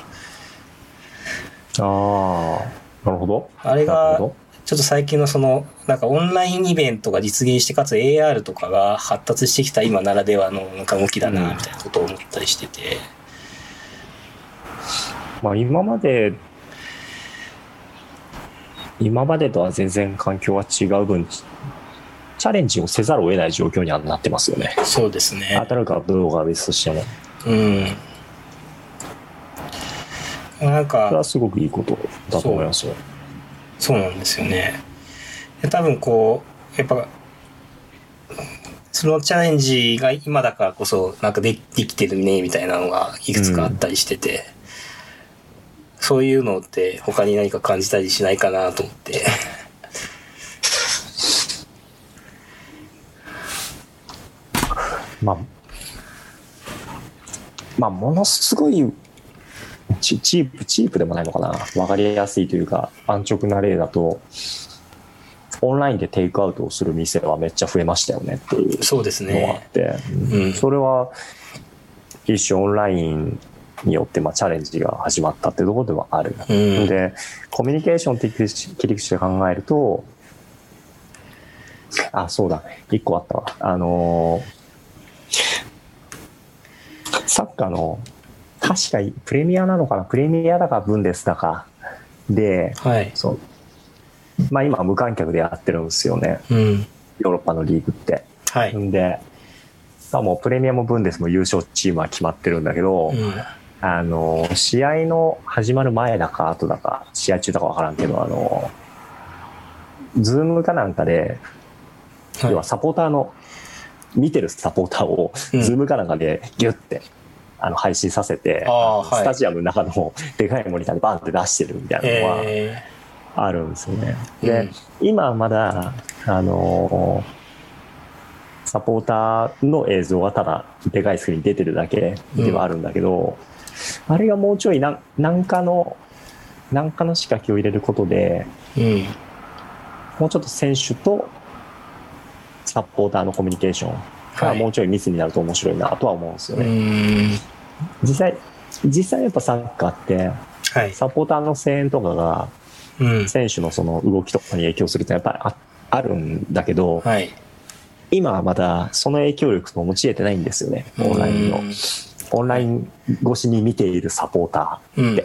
Speaker 3: ああ、なるほど。
Speaker 1: あれ
Speaker 3: なる
Speaker 1: が
Speaker 3: ほ、ど。
Speaker 1: ちょっと最近のその、なんかオンラインイベントが実現して、かつ AR とかが発達してきた今ならではのなんか動きだな、みたいなことを思ったりしてて。
Speaker 3: まあ今まで、今までとは全然環境が違う分、チャレンジをせざるを得ない状況にはなってますよね。
Speaker 1: そうですね。
Speaker 3: 当たるかどうかは別としても。
Speaker 1: うん。なん
Speaker 3: それ
Speaker 1: か
Speaker 3: は、すごくいいことだと思いますよ。
Speaker 1: そうなんですよね。で多分こう、やっぱ、そのチャレンジが今だからこそ、なんかでできてるね、みたいなのがいくつかあったりしてて、そういうのって他に何か感じたりしないかなと思って。
Speaker 3: まあ、まあ、ものすごいチチープ、チープでもないのかな。わかりやすいというか、安直な例だと、オンラインでテイクアウトをする店はめっちゃ増えましたよねっていう
Speaker 1: そうです
Speaker 3: のがあっ
Speaker 1: ね。
Speaker 3: て、
Speaker 1: うん。
Speaker 3: それは一種オンラインによってまあチャレンジが始まったってところではある。
Speaker 1: うん。
Speaker 3: で、コミュニケーション的切り口で考えると、あ、そうだ、一個あったわ。あのーサッカーの、確かにプレミアなのかな、プレミアだか、ブンデスだか。で、
Speaker 1: はい。
Speaker 3: そう。まあ今無観客でやってるんですよね。
Speaker 1: うん。
Speaker 3: ヨーロッパのリーグって。
Speaker 1: はい。
Speaker 3: んで、まあもうプレミアもブンデスも優勝チームは決まってるんだけど、
Speaker 1: うん。
Speaker 3: あの、試合の始まる前だか、後だか、試合中だかわからんけど、あの、ズームかなんかで、要は
Speaker 1: は
Speaker 3: サポーターの、見てるサポーターを、
Speaker 1: い。
Speaker 3: ズ
Speaker 1: う
Speaker 3: ー
Speaker 1: ん
Speaker 3: ムかなんかでギュッて、あの、配信させて、
Speaker 1: あーはい
Speaker 3: スタジアムの中のでかいモニターでバンって出してるみたいなのは
Speaker 1: え
Speaker 3: あるんですよね。
Speaker 1: ー
Speaker 3: で、
Speaker 1: うん
Speaker 3: 今はまだ、あのサポーターの映像がただでかいスクリーンに出てるだけではあるんだけど、あれがもうちょいなんなんかの、なんかの仕掛けを入れることで、
Speaker 1: うん。
Speaker 3: もうちょっと選手とサポーターのコミュニケーションがもうちょい密になると面白いなとは思うんですよ
Speaker 1: う
Speaker 3: ね。
Speaker 1: ん。
Speaker 3: 実際、実際やっぱサッカーって、
Speaker 1: はい。
Speaker 3: サポーターの声援とかが
Speaker 1: うん。
Speaker 3: 選手のその動きとかに影響するってやっぱりああるんだけど、
Speaker 1: はい。
Speaker 3: 今はまだその影響力ともち得てないんですよね、オンラインの。オンライン越しに見ているサポータ
Speaker 1: うん。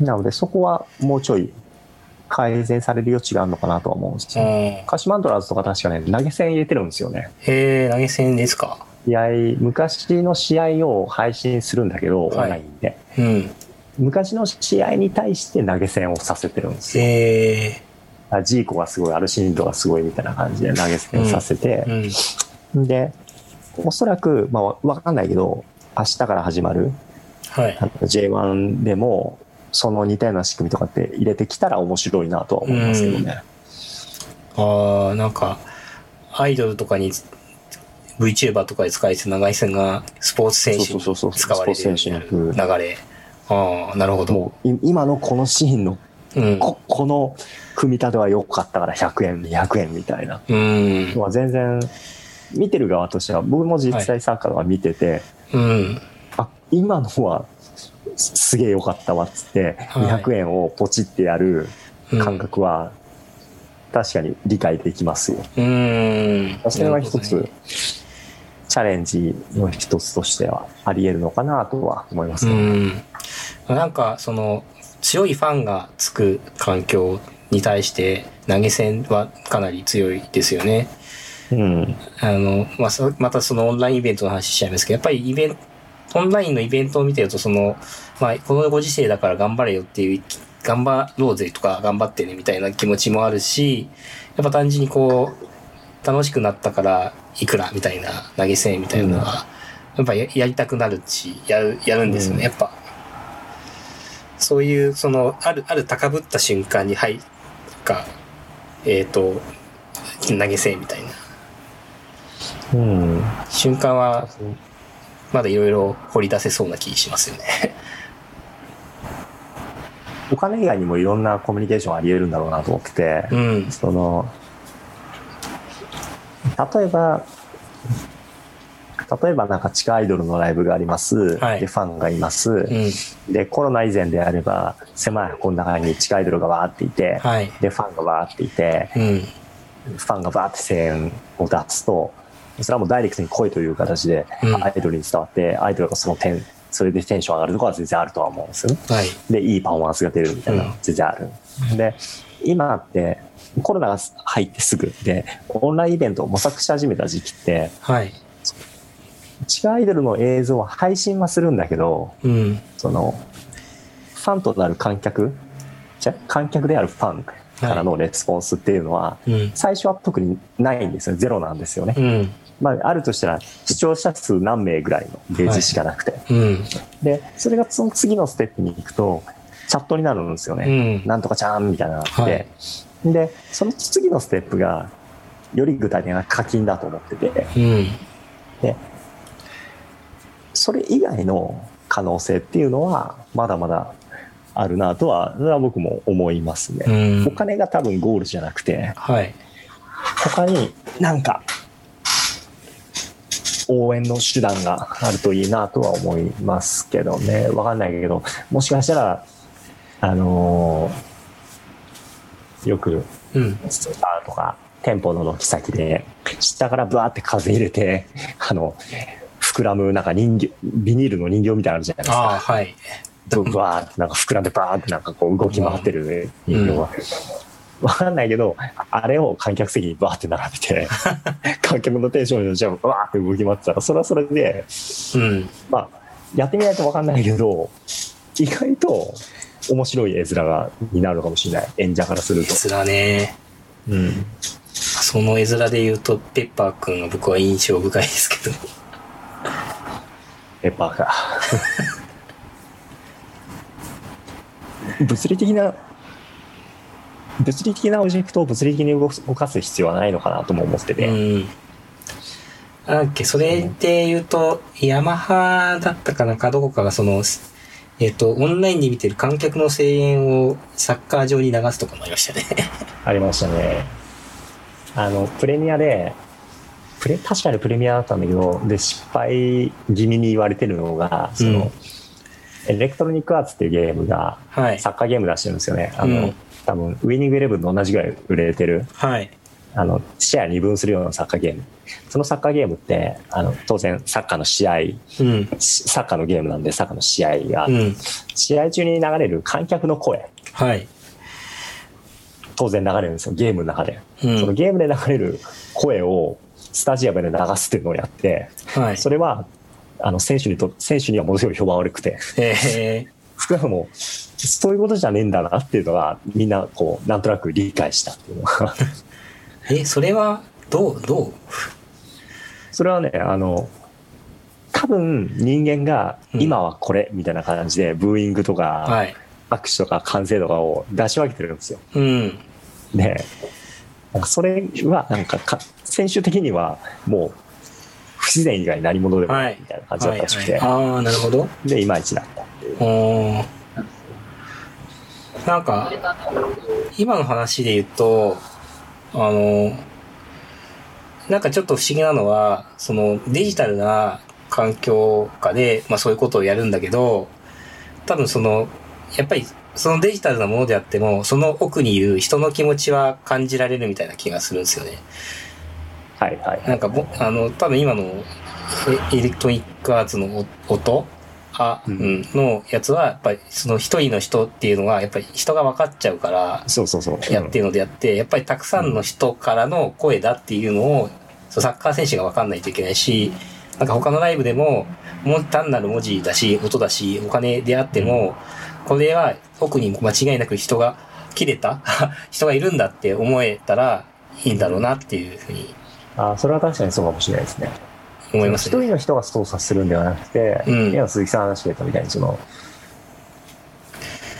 Speaker 3: ー。なので、そこはもうちょい改善される余地があるのかなとは思うんです
Speaker 1: う
Speaker 3: よ。
Speaker 1: ん。
Speaker 3: 鹿島アントラーズとか確かね、投げ銭入れてるんですよね。
Speaker 1: へえ、投げ銭ですか。
Speaker 3: 試合、昔の試合を配信するんだけど、オン
Speaker 1: はい
Speaker 3: ラインで。
Speaker 1: うん。
Speaker 3: 昔の試合に対して投げ銭をさせてるんですよ。
Speaker 1: へえ、
Speaker 3: あジーコがすごい、アルシンドがすごいみたいな感じで投げ銭させて
Speaker 1: う、ん。
Speaker 3: で、おそらく、まあ、わわかんないけど、明日から始まる
Speaker 1: はい。
Speaker 3: あの J1 でも、その似たような仕組みとかって入れてきたら面白いなとは思いますけどね。
Speaker 1: ああ、なんか、アイドルとかに、VTuber とかで使われて長井線がスポーツ選手
Speaker 3: そうそうそう
Speaker 1: に
Speaker 3: そう
Speaker 1: 使われるよう
Speaker 3: ス
Speaker 1: に
Speaker 3: ポ
Speaker 1: な
Speaker 3: ー
Speaker 1: る
Speaker 3: ツ選手
Speaker 1: 流れ。ああ、なるほど。
Speaker 3: もう、い今のこのシーンの、
Speaker 1: うん。
Speaker 3: ここの組み立ては良かったから100円、200円みたいな。
Speaker 1: うん。
Speaker 3: まあ、全然、見てる側としては、僕も実際サッカーは見てて、
Speaker 1: うん。
Speaker 3: あ、今のは、すすげえ良かったわっつって、
Speaker 1: はい
Speaker 3: 200円をポチってやる
Speaker 1: うん
Speaker 3: 感。覚は、確かに理解できますよ。
Speaker 1: うん。
Speaker 3: それは一
Speaker 1: な
Speaker 3: つ
Speaker 1: る、
Speaker 3: チャレンジの一つとしてはあり得るのかなとは思いま
Speaker 1: ほ
Speaker 3: す
Speaker 1: ど
Speaker 3: ね。
Speaker 1: ね。うん。なんか、その、強いファンがつく環境に対して、投げ銭はかなり強いですよね。
Speaker 3: うん。
Speaker 1: あの、まあ、そまたそのオンラインイベントの話しちゃいますけど、やっぱりイベント、オンラインのイベントを見てると、その、まあ、このご時世だから頑張れよっていう、頑張ろうぜとか、頑張ってねみたいな気持ちもあるし、やっぱ単純にこう、楽しくなったからいくらみたいな投げ銭みたいなのは、やっぱややりたくなるし、やる、やるんですよね、
Speaker 3: うん
Speaker 1: やっぱ。そういう、その、ある、ある高ぶった瞬間に、はい、か、えっ、と、投げ銭みたいな
Speaker 3: うん。
Speaker 1: 瞬間は、まだいろいろ掘り出せそうな気しますよね。
Speaker 3: お金以外にもいろんなコミュニケーションあり得るんだろうなと思ってて、
Speaker 1: うん。
Speaker 3: その、例えば、例えばなんか地下アイドルのライブがあります。
Speaker 1: はい
Speaker 3: で、ファンがいます。
Speaker 1: うん。
Speaker 3: で、コロナ以前であれば、狭い箱の中に地下アイドルがわーっていて、
Speaker 1: はい。
Speaker 3: で、ファンがわーっていて、
Speaker 1: うん。
Speaker 3: ファンがバーって声援を出すと、それはもうダイレクトに声という形で
Speaker 1: うん
Speaker 3: アイドルに伝わって、アイドルがその点、それでテンション上がるところは全然あるとは思うんですよね。
Speaker 1: はい。
Speaker 3: で、いいパフォーマンスが出るみたいなの
Speaker 1: うん
Speaker 3: 全然ある。で、今って、コロナが入ってすぐで、オンラインイベントを模索し始めた時期って、
Speaker 1: はい。
Speaker 3: 地下アイドルの映像は配信はするんだけど、
Speaker 1: うん。
Speaker 3: その、ファンとなる観客、じゃ観客であるファンからのレスポンスっていうのは、
Speaker 1: うん。
Speaker 3: 最初は特にないんですよ。ゼロなんですよね
Speaker 1: う。ん。
Speaker 3: まあ、あるとしたら、視聴者数何名ぐらいのゲージしかなくて。
Speaker 1: うん。
Speaker 3: で、それがその次のステップに行くと、チャットになるんですよ
Speaker 1: う
Speaker 3: ね。
Speaker 1: ん。
Speaker 3: なんとかちゃんみたいなのがあっ
Speaker 1: は
Speaker 3: て、
Speaker 1: い
Speaker 3: で、その次のステップが、より具体的な課金だと思ってて、
Speaker 1: うん。
Speaker 3: それ以外の可能性っていうのは、まだまだあるなとは、それは僕も思います
Speaker 1: う
Speaker 3: ね。お
Speaker 1: ん。
Speaker 3: 金が多分ゴールじゃなくて、
Speaker 1: はい。
Speaker 3: 他になんか応援の手段があるといいなとは思いますけどねわかんないけどもしかしたらあのーよく
Speaker 1: うん。
Speaker 3: スーパーとか店舗の軒先で下からブワーって風入れてあの膨らむなんか人形ビニールの人形みたいなのあるじゃないですか
Speaker 1: ああ、はい。
Speaker 3: ブワーってなんか膨らんでバーってなんかこう動き回ってる人形が。わかんないけど、あれを観客席にバーって並べて、観客のテンションにじゃあわーって動き回ってたら、それはそれで、
Speaker 1: うん。
Speaker 3: まあ、やってみないとわかんないけど、意外と面白い絵面がになるかもしれない。演者からすると。
Speaker 1: 絵面ね。
Speaker 3: うん。
Speaker 1: その絵面で言うと、ペッパーくんが僕は印象深いですけど。
Speaker 3: ペッパーが。物理的な、物理的なオジェクトを物理的に動かす動かす必要はないのかなとも思ってて。
Speaker 1: うん。なんだっけ、それで言うと、ヤマハだったかなんか、どこかがその、えっ、と、オンラインで見てる観客の声援をサッカー場に流すとかもありましたね。
Speaker 3: ありましたね。あの、プレミアで、プレ、確かにプレミアだったんだけど、で、失敗気味に言われてるのが、その、エレクトロニックアーツっていうゲームが、
Speaker 1: はい。
Speaker 3: サッカーゲーム出してるんですよね。あの、
Speaker 1: うん
Speaker 3: 多分、ウィニングイレブンと同じぐらい売れてる、
Speaker 1: はい。
Speaker 3: あの、試合二分するようなサッカーゲーム。そのサッカーゲームって、あの、当然、サッカーの試合、
Speaker 1: うん。
Speaker 3: しサッカーのゲームなんで、サッカーの試合が、
Speaker 1: うん。
Speaker 3: 試合中に流れる観客の声、
Speaker 1: はい。
Speaker 3: 当然流れるんですよ、ゲームの中で。
Speaker 1: う
Speaker 3: その
Speaker 1: ん。
Speaker 3: ゲームで流れる声をスタジアムで流すっていうのをやって、
Speaker 1: はい。
Speaker 3: それは、あの、選手にと、選手にはものすごい評判悪くて、
Speaker 1: え
Speaker 3: 少なくとも、そういうことじゃねえんだなっていうのが、みんな、こう、なんとなく理解したっていうのが、
Speaker 1: ー、え、それは、どう、どう
Speaker 3: それはね、あの、多分人間が
Speaker 1: うん
Speaker 3: 今はこれみたいな感じでブーイングとか
Speaker 1: はい。
Speaker 3: 拍手とか歓声とかを出し分けてるんですよ。
Speaker 1: うん。
Speaker 3: で、なんかそれはなんかか選手的にはもう不自然以外何者でもな
Speaker 1: はい
Speaker 3: いみたいな感じだったらしく
Speaker 1: は
Speaker 3: て、
Speaker 1: いはいああ、なるほど。
Speaker 3: で、いまいちだったっていう。
Speaker 1: おーなんか、今の話で言うと、あの、なんかちょっと不思議なのは、そのデジタルな環境下で、まあそういうことをやるんだけど、多分その、やっぱりそのデジタルなものであっても、その奥にいる人の気持ちは感じられるみたいな気がするんですよね。
Speaker 3: はいはい。
Speaker 1: なんかぼ、あの、多分今のえエレクトロニックアーツのお音あ、う
Speaker 3: うん
Speaker 1: ん、のやつは、やっぱりその一人の人っていうのが、やっぱり人が分かっちゃうから、
Speaker 3: そうそうそう。
Speaker 1: やってるのであって、やっぱりたくさんの人からの声だっていうのを、そうサッカー選手が分かんないといけないし、なんか他のライブでも、もう単なる文字だし、音だし、お金であっても、これは特に間違いなく人 が切れた人がいるんだって思えたらいいんだろうなっていうふうに
Speaker 3: あそれは確かにそうかもしれないですね。
Speaker 1: 思います
Speaker 3: 一
Speaker 1: ね。
Speaker 3: 人の人が操作するんではなくて、
Speaker 1: うん
Speaker 3: 今鈴木さん話してたみたいに、その、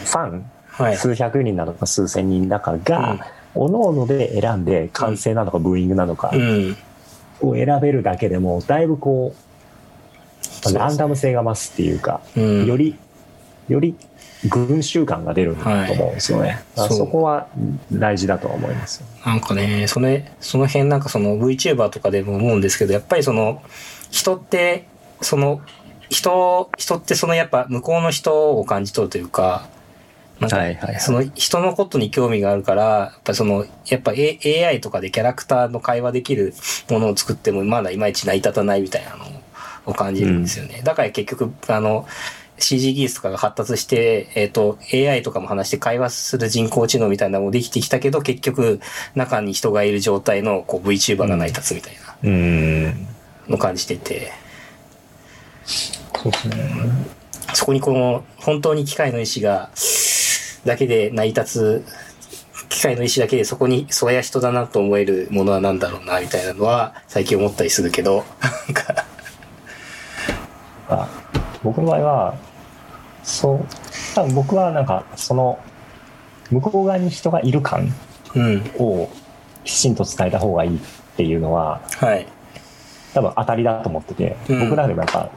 Speaker 3: ファン、
Speaker 1: はい。
Speaker 3: 数百人なのか数千人だかが、各々で選んで、完成なのかブーイングなのか
Speaker 1: うん。
Speaker 3: を選べるだけでも、だいぶこ
Speaker 1: うです
Speaker 3: う、
Speaker 1: ね
Speaker 3: ランダム性が増すっていうか、
Speaker 1: うん。
Speaker 3: より、より群衆感が出ると思うんですよね。だから
Speaker 1: そう
Speaker 3: そこは大事だとは思いますよ。
Speaker 1: なんかね、その、その辺なんかその VTuber とかでも思うんですけど、やっぱりその、人って、その、人、人ってそのやっぱ向こうの人を感じ取るというか、なんか
Speaker 3: いはい
Speaker 1: その人のことに興味があるから、やっぱりその、やっぱ A- AI とかでキャラクターの会話できるものを作っても、まだいまいち成り立たないみたいなのを感じるんですよね。だから結局、あの、CG 技術とかが発達して、えっ、と、AI とかも話して会話する人工知能みたいなのもできてきたけど、結局、中に人がいる状態のこう VTuber が成り立つみたいな
Speaker 3: うん。
Speaker 1: のを感じてて、
Speaker 3: そうですね。
Speaker 1: そこにこの、本当に機械の意志が、だけで成り立つ、機械の意志だけでそこに、そや人だなと思えるものは何だろうな、みたいなのは、最近思ったりするけど、なんか、
Speaker 3: あ僕の場合は、そう、多分僕はなんか、その、向こう側に人がいる感
Speaker 1: うん、
Speaker 3: をきちんと伝えた方がいいっていうのは、
Speaker 1: はい、
Speaker 3: 多分当たりだと思ってて、
Speaker 1: うん
Speaker 3: 僕らでもやっぱ、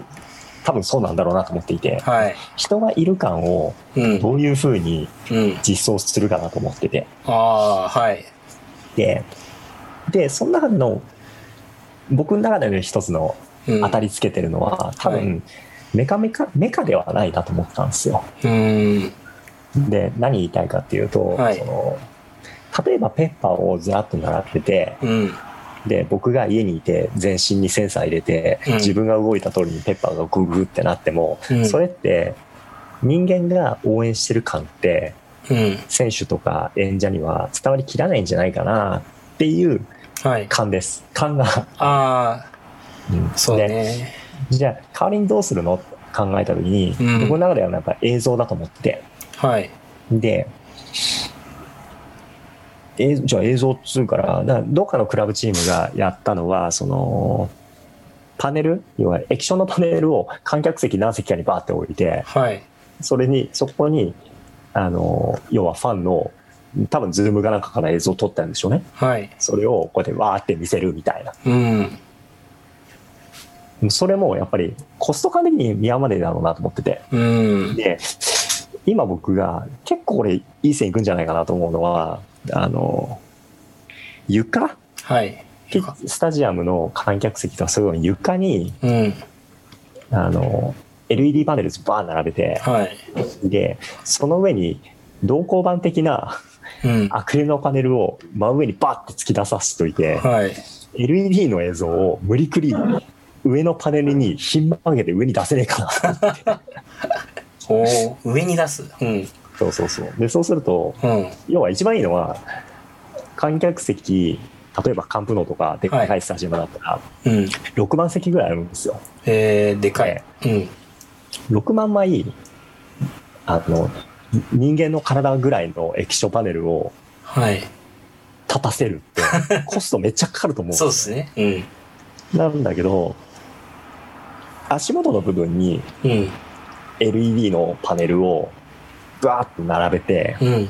Speaker 3: 多分そうなんだろうなと思っていて、
Speaker 1: はい、
Speaker 3: 人がいる感を
Speaker 1: うん、
Speaker 3: どういうふうに
Speaker 1: うん、
Speaker 3: 実装するかなと思ってて、
Speaker 1: ああ、はい、
Speaker 3: で、で、その中での、僕の中での一つの
Speaker 1: うん、
Speaker 3: 当たりつけてるのは、多分、
Speaker 1: は
Speaker 3: メカメカ、メカではないなと思ったんですよ。
Speaker 1: うん、
Speaker 3: で、何言いたいかっていうと、
Speaker 1: はい
Speaker 3: その例えばペッパーをずらっと習ってて、
Speaker 1: うん、
Speaker 3: で、僕が家にいて全身にセンサー入れて、
Speaker 1: うん
Speaker 3: 自分が動いた通りにペッパーがググってなっても、
Speaker 1: うん
Speaker 3: それって人間が応援してる感って、
Speaker 1: うん、
Speaker 3: 選手とか演者には伝わりきらないんじゃないかなっていう
Speaker 1: はい、
Speaker 3: 感です。感が。
Speaker 1: あ
Speaker 3: うん
Speaker 1: あ、そう
Speaker 3: で
Speaker 1: ね、
Speaker 3: じゃあ、代わりにどうするのって考えた時に、
Speaker 1: うん
Speaker 3: 僕の中ではやっぱ映像だと思ってて、
Speaker 1: はい、
Speaker 3: で、えじゃあ映像っつうから、だからどっかのクラブチームがやったのは、その、パネル要は液晶のパネルを観客席何席かにバーって置いて、
Speaker 1: はい、
Speaker 3: それに、そこに、あの、要はファンの、多分ズームがなんかから映像を撮ったんでしょうね。
Speaker 1: はい、
Speaker 3: それをこうやってわーって見せるみたいな。
Speaker 1: うん、
Speaker 3: それもやっぱりコスト感的に見合わねえだろうなと思ってて。
Speaker 1: うん、
Speaker 3: で、今僕が結構これいい線いくんじゃないかなと思うのは、あの、床
Speaker 1: はい、
Speaker 3: ピッスタジアムの観客席とかそういうのに床に、
Speaker 1: うん、
Speaker 3: あの、LED パネルバーン並べて、
Speaker 1: はい、
Speaker 3: で、その上に同光板的な
Speaker 1: うん、
Speaker 3: アクリルのパネルを真上にバーって突き出させといて、
Speaker 1: はい、
Speaker 3: LED の映像を無理くり上のパネルにひん曲げて上に出せねえかな。
Speaker 1: おー上に出す、うん、
Speaker 3: そうそうそう。で、そうすると、
Speaker 1: うん、
Speaker 3: 要は一番いいのは、観客席、例えばカンプノとかでっか
Speaker 1: はい
Speaker 3: スタジアムだったら、
Speaker 1: うん。
Speaker 3: 6万席ぐらいあるんですよ。
Speaker 1: えー、でかい。うん。
Speaker 3: 6万枚、あの、人間の体ぐらいの液晶パネルを
Speaker 1: はい。
Speaker 3: 立たせる って、コストめっちゃかかると思うん
Speaker 1: そうですね。うん。
Speaker 3: なんだけど、足元の部分に
Speaker 1: うん。
Speaker 3: LED のパネルをバーッと並べて、
Speaker 1: うん。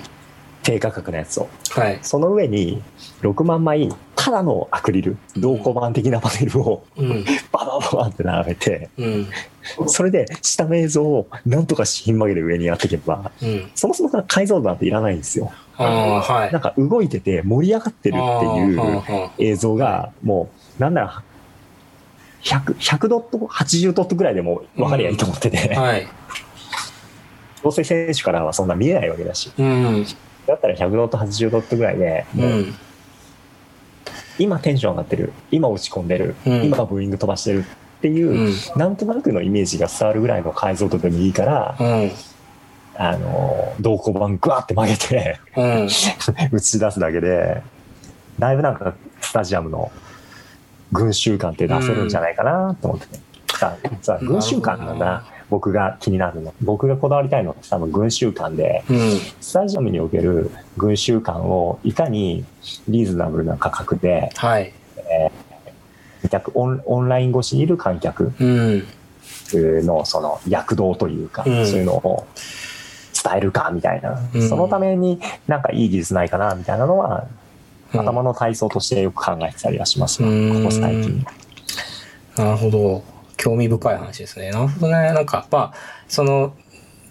Speaker 3: 低価格のやつを。
Speaker 1: はい。
Speaker 3: その上に6万枚、ただのアクリル、同光板的なパネルを
Speaker 1: うん。
Speaker 3: ババババって並べて、
Speaker 1: うん。
Speaker 3: それで下の映像をなんとかひん曲げて上にやっていけば、
Speaker 1: うん。
Speaker 3: そもそもが解像度なんていらないんですよ。
Speaker 1: ああ、はい。
Speaker 3: なんか動いてて盛り上がってるっていう
Speaker 1: あ
Speaker 3: 映像が、もう、なんなら、100, 100ドット、80ドットぐらいでも分かりゃいいと思ってて、
Speaker 1: ーはい。
Speaker 3: どうせ選手からはそんな見えないわけだし、
Speaker 1: うん。
Speaker 3: だったら100ドット、80ドットぐらいで、
Speaker 1: う。
Speaker 3: もうん今テンション上がってる今落ち込んでる、
Speaker 1: うん
Speaker 3: 今ブーイング飛ばしてるっていう、
Speaker 1: うん。
Speaker 3: なんとなくのイメージが伝わるぐらいの解像度でもいいから、
Speaker 1: うん。
Speaker 3: あのー動向板グワーって曲げて
Speaker 1: うん。
Speaker 3: 打ち出すだけでだいぶなんかスタジアムの群衆感って出せるんじゃないかなと思って、ねさあさあ群衆感なんだ
Speaker 1: なる
Speaker 3: な僕が気になるの僕がこだわりたいのは多分群衆感で
Speaker 1: うん。
Speaker 3: スタジアムにおける群衆感をいかにリーズナブルな価格で
Speaker 1: はい。
Speaker 3: 観客オン、オンライン越しにいる観客
Speaker 1: うん。
Speaker 3: のその躍動というか、
Speaker 1: うん
Speaker 3: そういうのを伝えるかみたいな、
Speaker 1: うん
Speaker 3: そのためになんかいい技術ないかなみたいなのは、
Speaker 1: うん
Speaker 3: 頭の体操としてよく考えてたりはしますね、
Speaker 1: うん
Speaker 3: ここ最近。
Speaker 1: なるほど。興味深い話ですね。なるほどね。なんか、まあ、その、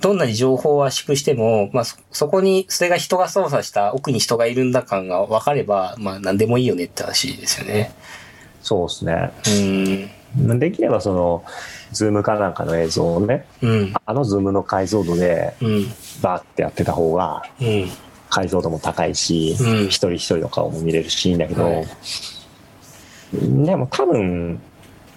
Speaker 1: どんなに情報を圧縮しても、まあ、そそこに、それが人が操作した奥に人がいるんだ感が分かれば、まあ、何でもいいよねって話ですよね。
Speaker 3: そうですね。
Speaker 1: うん。
Speaker 3: できればその、ズームかなんかの映像をね、
Speaker 1: うん。
Speaker 3: あのズームの解像度で
Speaker 1: うん。
Speaker 3: バーってやってた方が
Speaker 1: うん。
Speaker 3: 解像度も高いし、
Speaker 1: うん
Speaker 3: 一人一人の顔も見れるしいいんだけど、
Speaker 1: はい
Speaker 3: でも多分、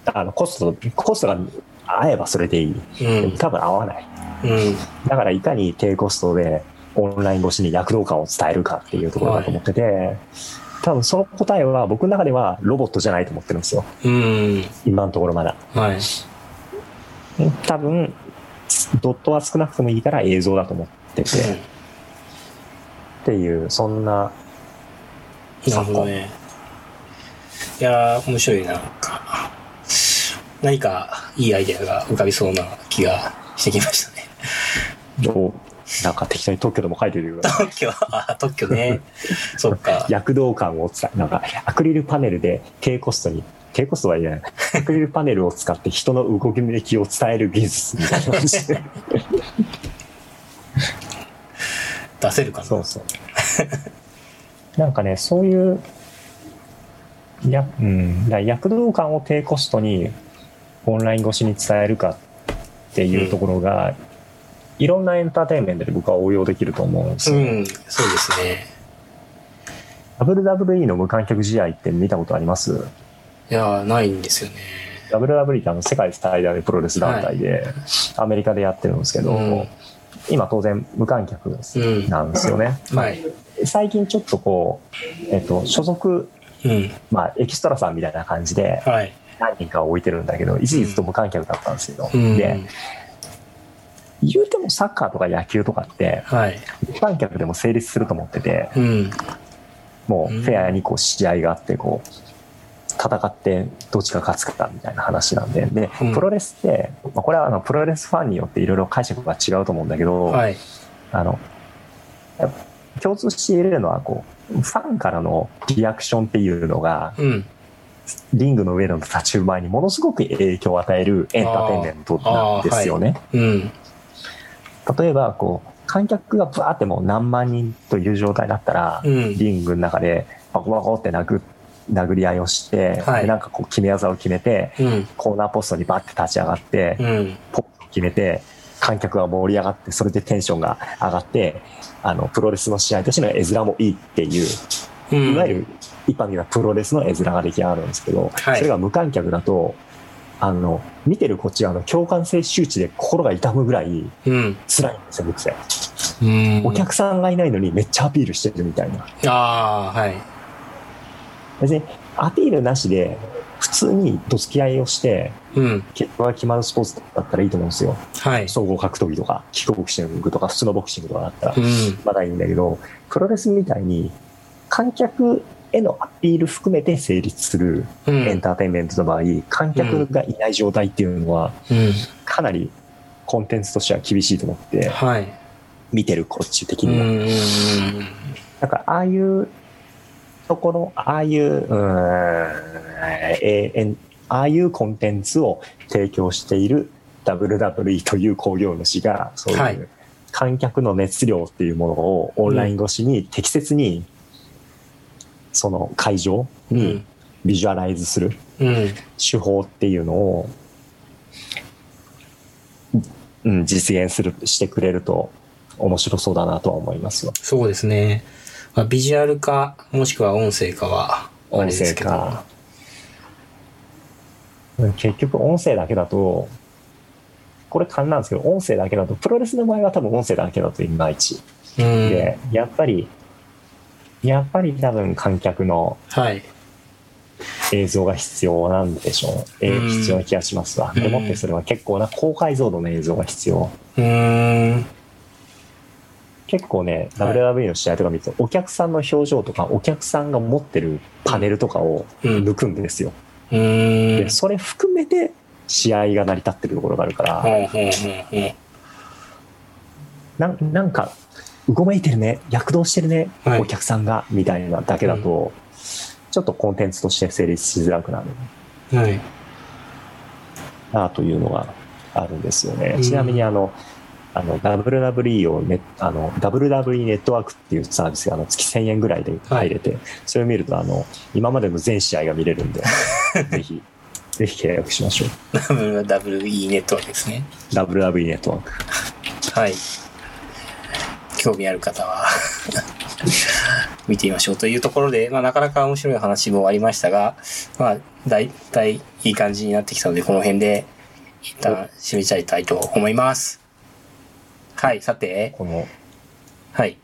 Speaker 3: あのコスト、コストが合えばそれでいい。
Speaker 1: うん。
Speaker 3: 多分合わない。
Speaker 1: うん。
Speaker 3: だからいかに低コストでオンライン越しに躍動感を伝えるかっていうところだと思ってて、多分その答えは僕の中ではロボットじゃないと思ってるんですよ。
Speaker 1: うん。
Speaker 3: 今のところまだ。
Speaker 1: はい。
Speaker 3: 多分、ドットは少なくともいいから映像だと思ってて、っていう、そんな、
Speaker 1: なるほどね。いやー、面白いな。なんか何かいいアイデアが浮かびそうな気がしてきましたね。
Speaker 3: をなんか適当に特許でも書いてるような。
Speaker 1: 特許は、あ特許 ね。そっか。
Speaker 3: 躍動感を使い、なんかアクリルパネルで低コストに、低コストは言えない。アクリルパネルを使って人の動き向きを伝える技術みたいな感じで。
Speaker 1: 出せるかな。
Speaker 3: そうそう。なんかね、そう いう、いや、うん、だから躍動感を低コストにオンライン越しに伝えるかっていうところが、いろんなエンターテインメントで僕は応用できると思うんですよ。
Speaker 1: うん、そうですね。
Speaker 3: WWE の無観客試合って見たことあります
Speaker 1: いやー、ないんですよね。
Speaker 3: WWE ってあの世界最大のプロレス団体で、アメリカでやってるんですけど、
Speaker 1: うん
Speaker 3: 今当然無観客
Speaker 1: うん。
Speaker 3: なんですよね。
Speaker 1: はい。
Speaker 3: 最近ちょっとこう、えっと、所属、
Speaker 1: うん。
Speaker 3: まあ、エキストラさんみたいな感じで
Speaker 1: はい。
Speaker 3: 何人か置いてるんだけど、一時ずっと無観客だったんですよ。
Speaker 1: うん。
Speaker 3: で、言うてもサッカーとか野球とかって、
Speaker 1: はい。
Speaker 3: 無観客でも成立すると思ってて、
Speaker 1: うん。
Speaker 3: もうフェアにこう試合があって、こう、戦ってどっちが勝つかみたいな話なんで、で、
Speaker 1: うん
Speaker 3: プロレスって、まあ、これはあのプロレスファンによっていろいろ解釈が違うと思うんだけど、
Speaker 1: はい。
Speaker 3: あの、やっぱ共通しているのは、こう、ファンからのリアクションっていうのが、
Speaker 1: うん。
Speaker 3: リングの上での立ち馬にものすごく影響を与えるエンターテインメントなんですよね。
Speaker 1: うん。
Speaker 3: 例えば、こう、観客がバーってもう何万人という状態だったら、
Speaker 1: うん。
Speaker 3: リングの中で、バコバコって殴殴り合いをして、
Speaker 1: はい
Speaker 3: でなんかこう決め技を決めて、
Speaker 1: うん。
Speaker 3: コーナーポストにバーって立ち上がって、
Speaker 1: うん。
Speaker 3: ポッと決めて、観客が盛り上がって、それでテンションが上がって、あの、プロレスの試合としての絵面もいいっていう、
Speaker 1: うん。
Speaker 3: いわゆる一般的なプロレスの絵面が出来上がるんですけど、
Speaker 1: はい
Speaker 3: それが無観客だと、あの、見てるこっちはあの共感性周知で心が痛むぐらい
Speaker 1: うん。
Speaker 3: 辛いんですよ、僕って
Speaker 1: うん。
Speaker 3: お客さんがいないのにめっちゃアピールしてるみたいな。
Speaker 1: ああ、はい。
Speaker 3: 別にアピールなしで、普通にどつき合いをして、
Speaker 1: うん。
Speaker 3: 結果が決まるスポーツだったらいいと思うんですよ。
Speaker 1: はい。
Speaker 3: 総合格闘技とか、キックボクシングとか、普通のボクシングとかだったら
Speaker 1: う。ん。
Speaker 3: まだいいんだけど、プロレスみたいに観客へのアピール含めて成立する
Speaker 1: う
Speaker 3: エン
Speaker 1: ん。
Speaker 3: ターテインメントの場合、観客がいない状態っていうのは、
Speaker 1: うん。
Speaker 3: かなりコンテンツとしては厳しいと思って、
Speaker 1: はい。
Speaker 3: 見てるこっち的
Speaker 1: うん
Speaker 3: に
Speaker 1: う
Speaker 3: は。
Speaker 1: んうん。
Speaker 3: だから、ああいうところ、ああいう、うーん、ええんああいうコンテンツを提供している WWE という興行主が、そう
Speaker 1: はいいう
Speaker 3: 観客の熱量っていうものをオンライン越しに適切に、その会場
Speaker 1: う
Speaker 3: に
Speaker 1: ん。
Speaker 3: ビジュアライズする
Speaker 1: うん。
Speaker 3: 手法っていうのを、うん、実現する、してくれると面白そうだなとは思いますよ。
Speaker 1: そうですね。まあ、ビジュアルか、もしくは音声かは、あれ
Speaker 3: 音
Speaker 1: です
Speaker 3: 声
Speaker 1: けど。
Speaker 3: か。結局音声だけだと、これ勘なんですけど、音声だけだと、プロレスの場合は多分音声だけだといまいち。
Speaker 1: うん。
Speaker 3: で、やっぱり、やっぱり多分観客の
Speaker 1: はい。
Speaker 3: 映像が必要なんでしょう。え
Speaker 1: うん
Speaker 3: 必要な気がしますわ。
Speaker 1: うん
Speaker 3: でもってそれは結構な高解像度の映像が必要。
Speaker 1: うーん。
Speaker 3: 結構ね、
Speaker 1: はい
Speaker 3: WWE の試合とか見ると、お客さんの表情とか、お客さんが持ってるパネルとかを
Speaker 1: うん
Speaker 3: 抜くんですよ。
Speaker 1: うーん
Speaker 3: で。それ含めて試合が成り立ってるところがあるから、
Speaker 1: はいはいはいはい。
Speaker 3: なんなんか、うごめいてるね、躍動してるね、
Speaker 1: はい
Speaker 3: お客さんが、みたいなだけだと、ちょっとコンテンツとして成立しづらくなる
Speaker 1: はい。
Speaker 3: なというのがあるんですよね。
Speaker 1: うん
Speaker 3: ちなみにあの、あの、WWE をね、あの、WWE ネットワークっていうサービスがあの月1000円ぐらいで入れて、それを見ると、あの、今までの全試合が見れる んで、ぜひ、ぜひ契約しましょう。
Speaker 1: ダブル E ネットワークですね。
Speaker 3: WWE ネットワーク。
Speaker 1: はい。興味ある方は、 見てみましょうというところで、まあ、なかなか面白い話もありましたが、まあ、大体いい感じになってきたので、この辺で、一旦締めちゃいたいと思います。はい、さて、
Speaker 3: この、
Speaker 1: はい、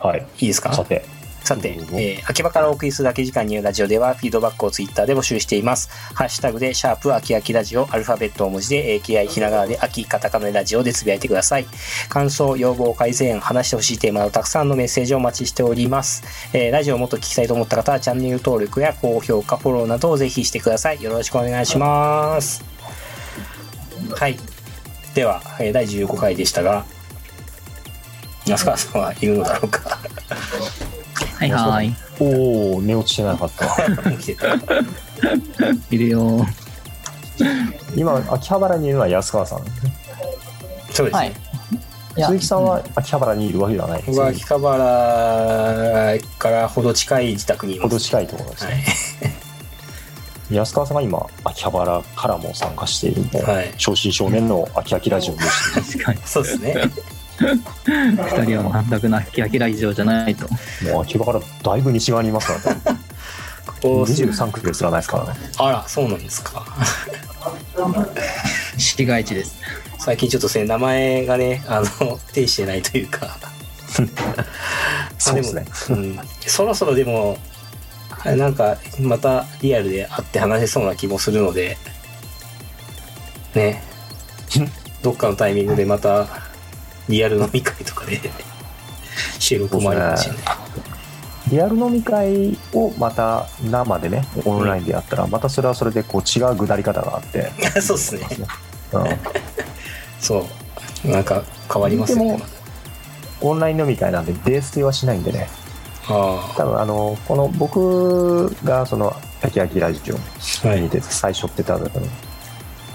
Speaker 3: はい。
Speaker 1: いいですか
Speaker 3: さて、
Speaker 1: さて、
Speaker 3: どうぞ
Speaker 1: えー秋葉からお送りするだけ時間によるラジオでは、フィードバックをツイッターで募集しています。ハッシュタグで、シャープ、秋秋ラジオ、アルファベットを文字で、AKI ひながらで、秋、カタカナでラジオでつぶやいてください。感想、要望、改善、話してほしいテーマなど、たくさんのメッセージをお待ちしております。えーラジオをもっと聞きたいと思った方は、チャンネル登録や高評価、フォローなどをぜひしてください。よろしくお願いします。はい。では、えー第15回でしたが、安川さんはいるのだろうか。
Speaker 2: はいはい。
Speaker 3: おー、寝落ちしてなかった。
Speaker 1: 起きてた
Speaker 2: いるよ。
Speaker 3: 今、秋葉原にいるのは安川さん。
Speaker 1: そうですね。
Speaker 2: はい。いや
Speaker 3: 鈴木さんは秋葉原にいるわけではないです
Speaker 1: 僕は
Speaker 3: よね。
Speaker 1: 秋葉原からほど近い自宅にい
Speaker 3: ほ
Speaker 1: ま
Speaker 3: ど
Speaker 1: す。
Speaker 3: 近いところです
Speaker 1: は
Speaker 3: ね。安川さんが今、秋葉原からも参加しているので、
Speaker 1: はい
Speaker 3: 正真正銘の秋秋ラジオにしてい
Speaker 2: 確かに
Speaker 1: い。そうですね。
Speaker 2: 二人は全くなキラキラ以上じゃないと。
Speaker 3: るもう秋葉原、だいぶ西側にいますから ね。
Speaker 1: ここ、
Speaker 3: 23区ですらないですからね。
Speaker 1: あら、そうなんですか。
Speaker 2: 市街地です。
Speaker 1: 最近ちょっとですね、名前がね、あの、定してないという か。
Speaker 3: そうですね。
Speaker 1: あ。もうん。そろそろでも、あれなんか、またリアルで会って話せそうな気もするので、 ね。どっかのタイミングでまた、リアル飲み会とかで、 収録もありますしね。
Speaker 3: リアル飲み会をまた生でね、オンラインでやったら、またそれはそれでこう違う下り方があって、
Speaker 1: そうですね。
Speaker 3: うん
Speaker 1: そう。なんか変わりますよ
Speaker 3: で
Speaker 1: ね
Speaker 3: も。 オンライン飲み会なんで、泥酔はしないんでね。
Speaker 1: あ
Speaker 3: 多分あのこの僕がその「焼き焼きラジ
Speaker 1: あ。は
Speaker 3: オ」に
Speaker 1: い。
Speaker 3: 出て最初って多分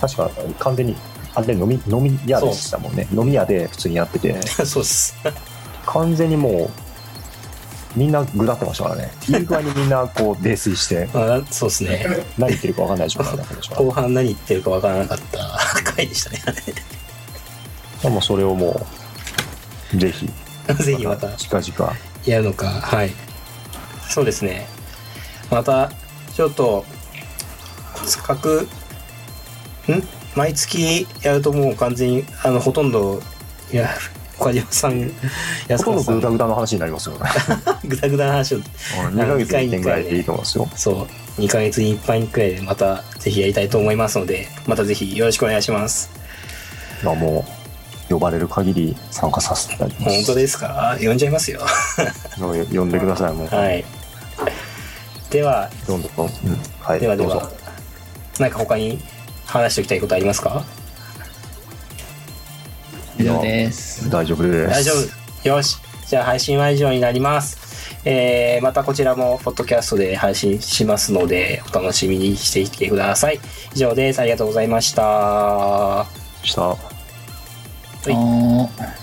Speaker 3: 確か完全にあれ飲み飲み屋でしたもんね飲み屋で普通にやってて
Speaker 1: そうっす。
Speaker 3: 完全にもうみんなぐだってましたからねいい具合にみんなこう泥酔して
Speaker 1: あそうっすね。
Speaker 3: 何言ってるか分かんない状態だったでしょ
Speaker 1: 後半何言ってるかわからなかった回でしたね。
Speaker 3: でもそれをもうぜひ
Speaker 1: ぜひまた
Speaker 3: 近々
Speaker 1: やるのか。はい。そうですね。また、ちょっと、各、ん毎月やるともう完全に、あの、ほとんど、いや、岡島さん、
Speaker 3: ほ
Speaker 1: 安
Speaker 3: と
Speaker 1: 川
Speaker 3: んど
Speaker 1: さ
Speaker 3: グ
Speaker 1: ん
Speaker 3: ダ、グダの話になりますよね
Speaker 1: ぐだぐだな話を
Speaker 3: 2ヶ月に1点ぐらいでいいと思いますよ
Speaker 1: そう、2ヶ月に1回くらいでまたぜひやりたいと思いますので、またぜひよろしくお願いします。
Speaker 3: まあもう呼ばれる限り参加させていただきま
Speaker 1: 本
Speaker 3: す
Speaker 1: 当ですか呼んじゃいますよ。
Speaker 3: もう呼んでくださいもう
Speaker 1: はい。では、
Speaker 3: どんどん、うん、はい、
Speaker 1: ではで
Speaker 3: どう
Speaker 1: は
Speaker 3: ぞ。、
Speaker 1: 何か他に話しておきたいことありますか
Speaker 2: 以上です。
Speaker 3: 大丈夫です。
Speaker 1: 大丈夫。よし。じゃあ配信は以上になります。えーまたこちらもポッドキャストで配信しますので、お楽しみにしていてください。以上です。ありがとうございました。
Speaker 3: した。
Speaker 1: はい
Speaker 2: あー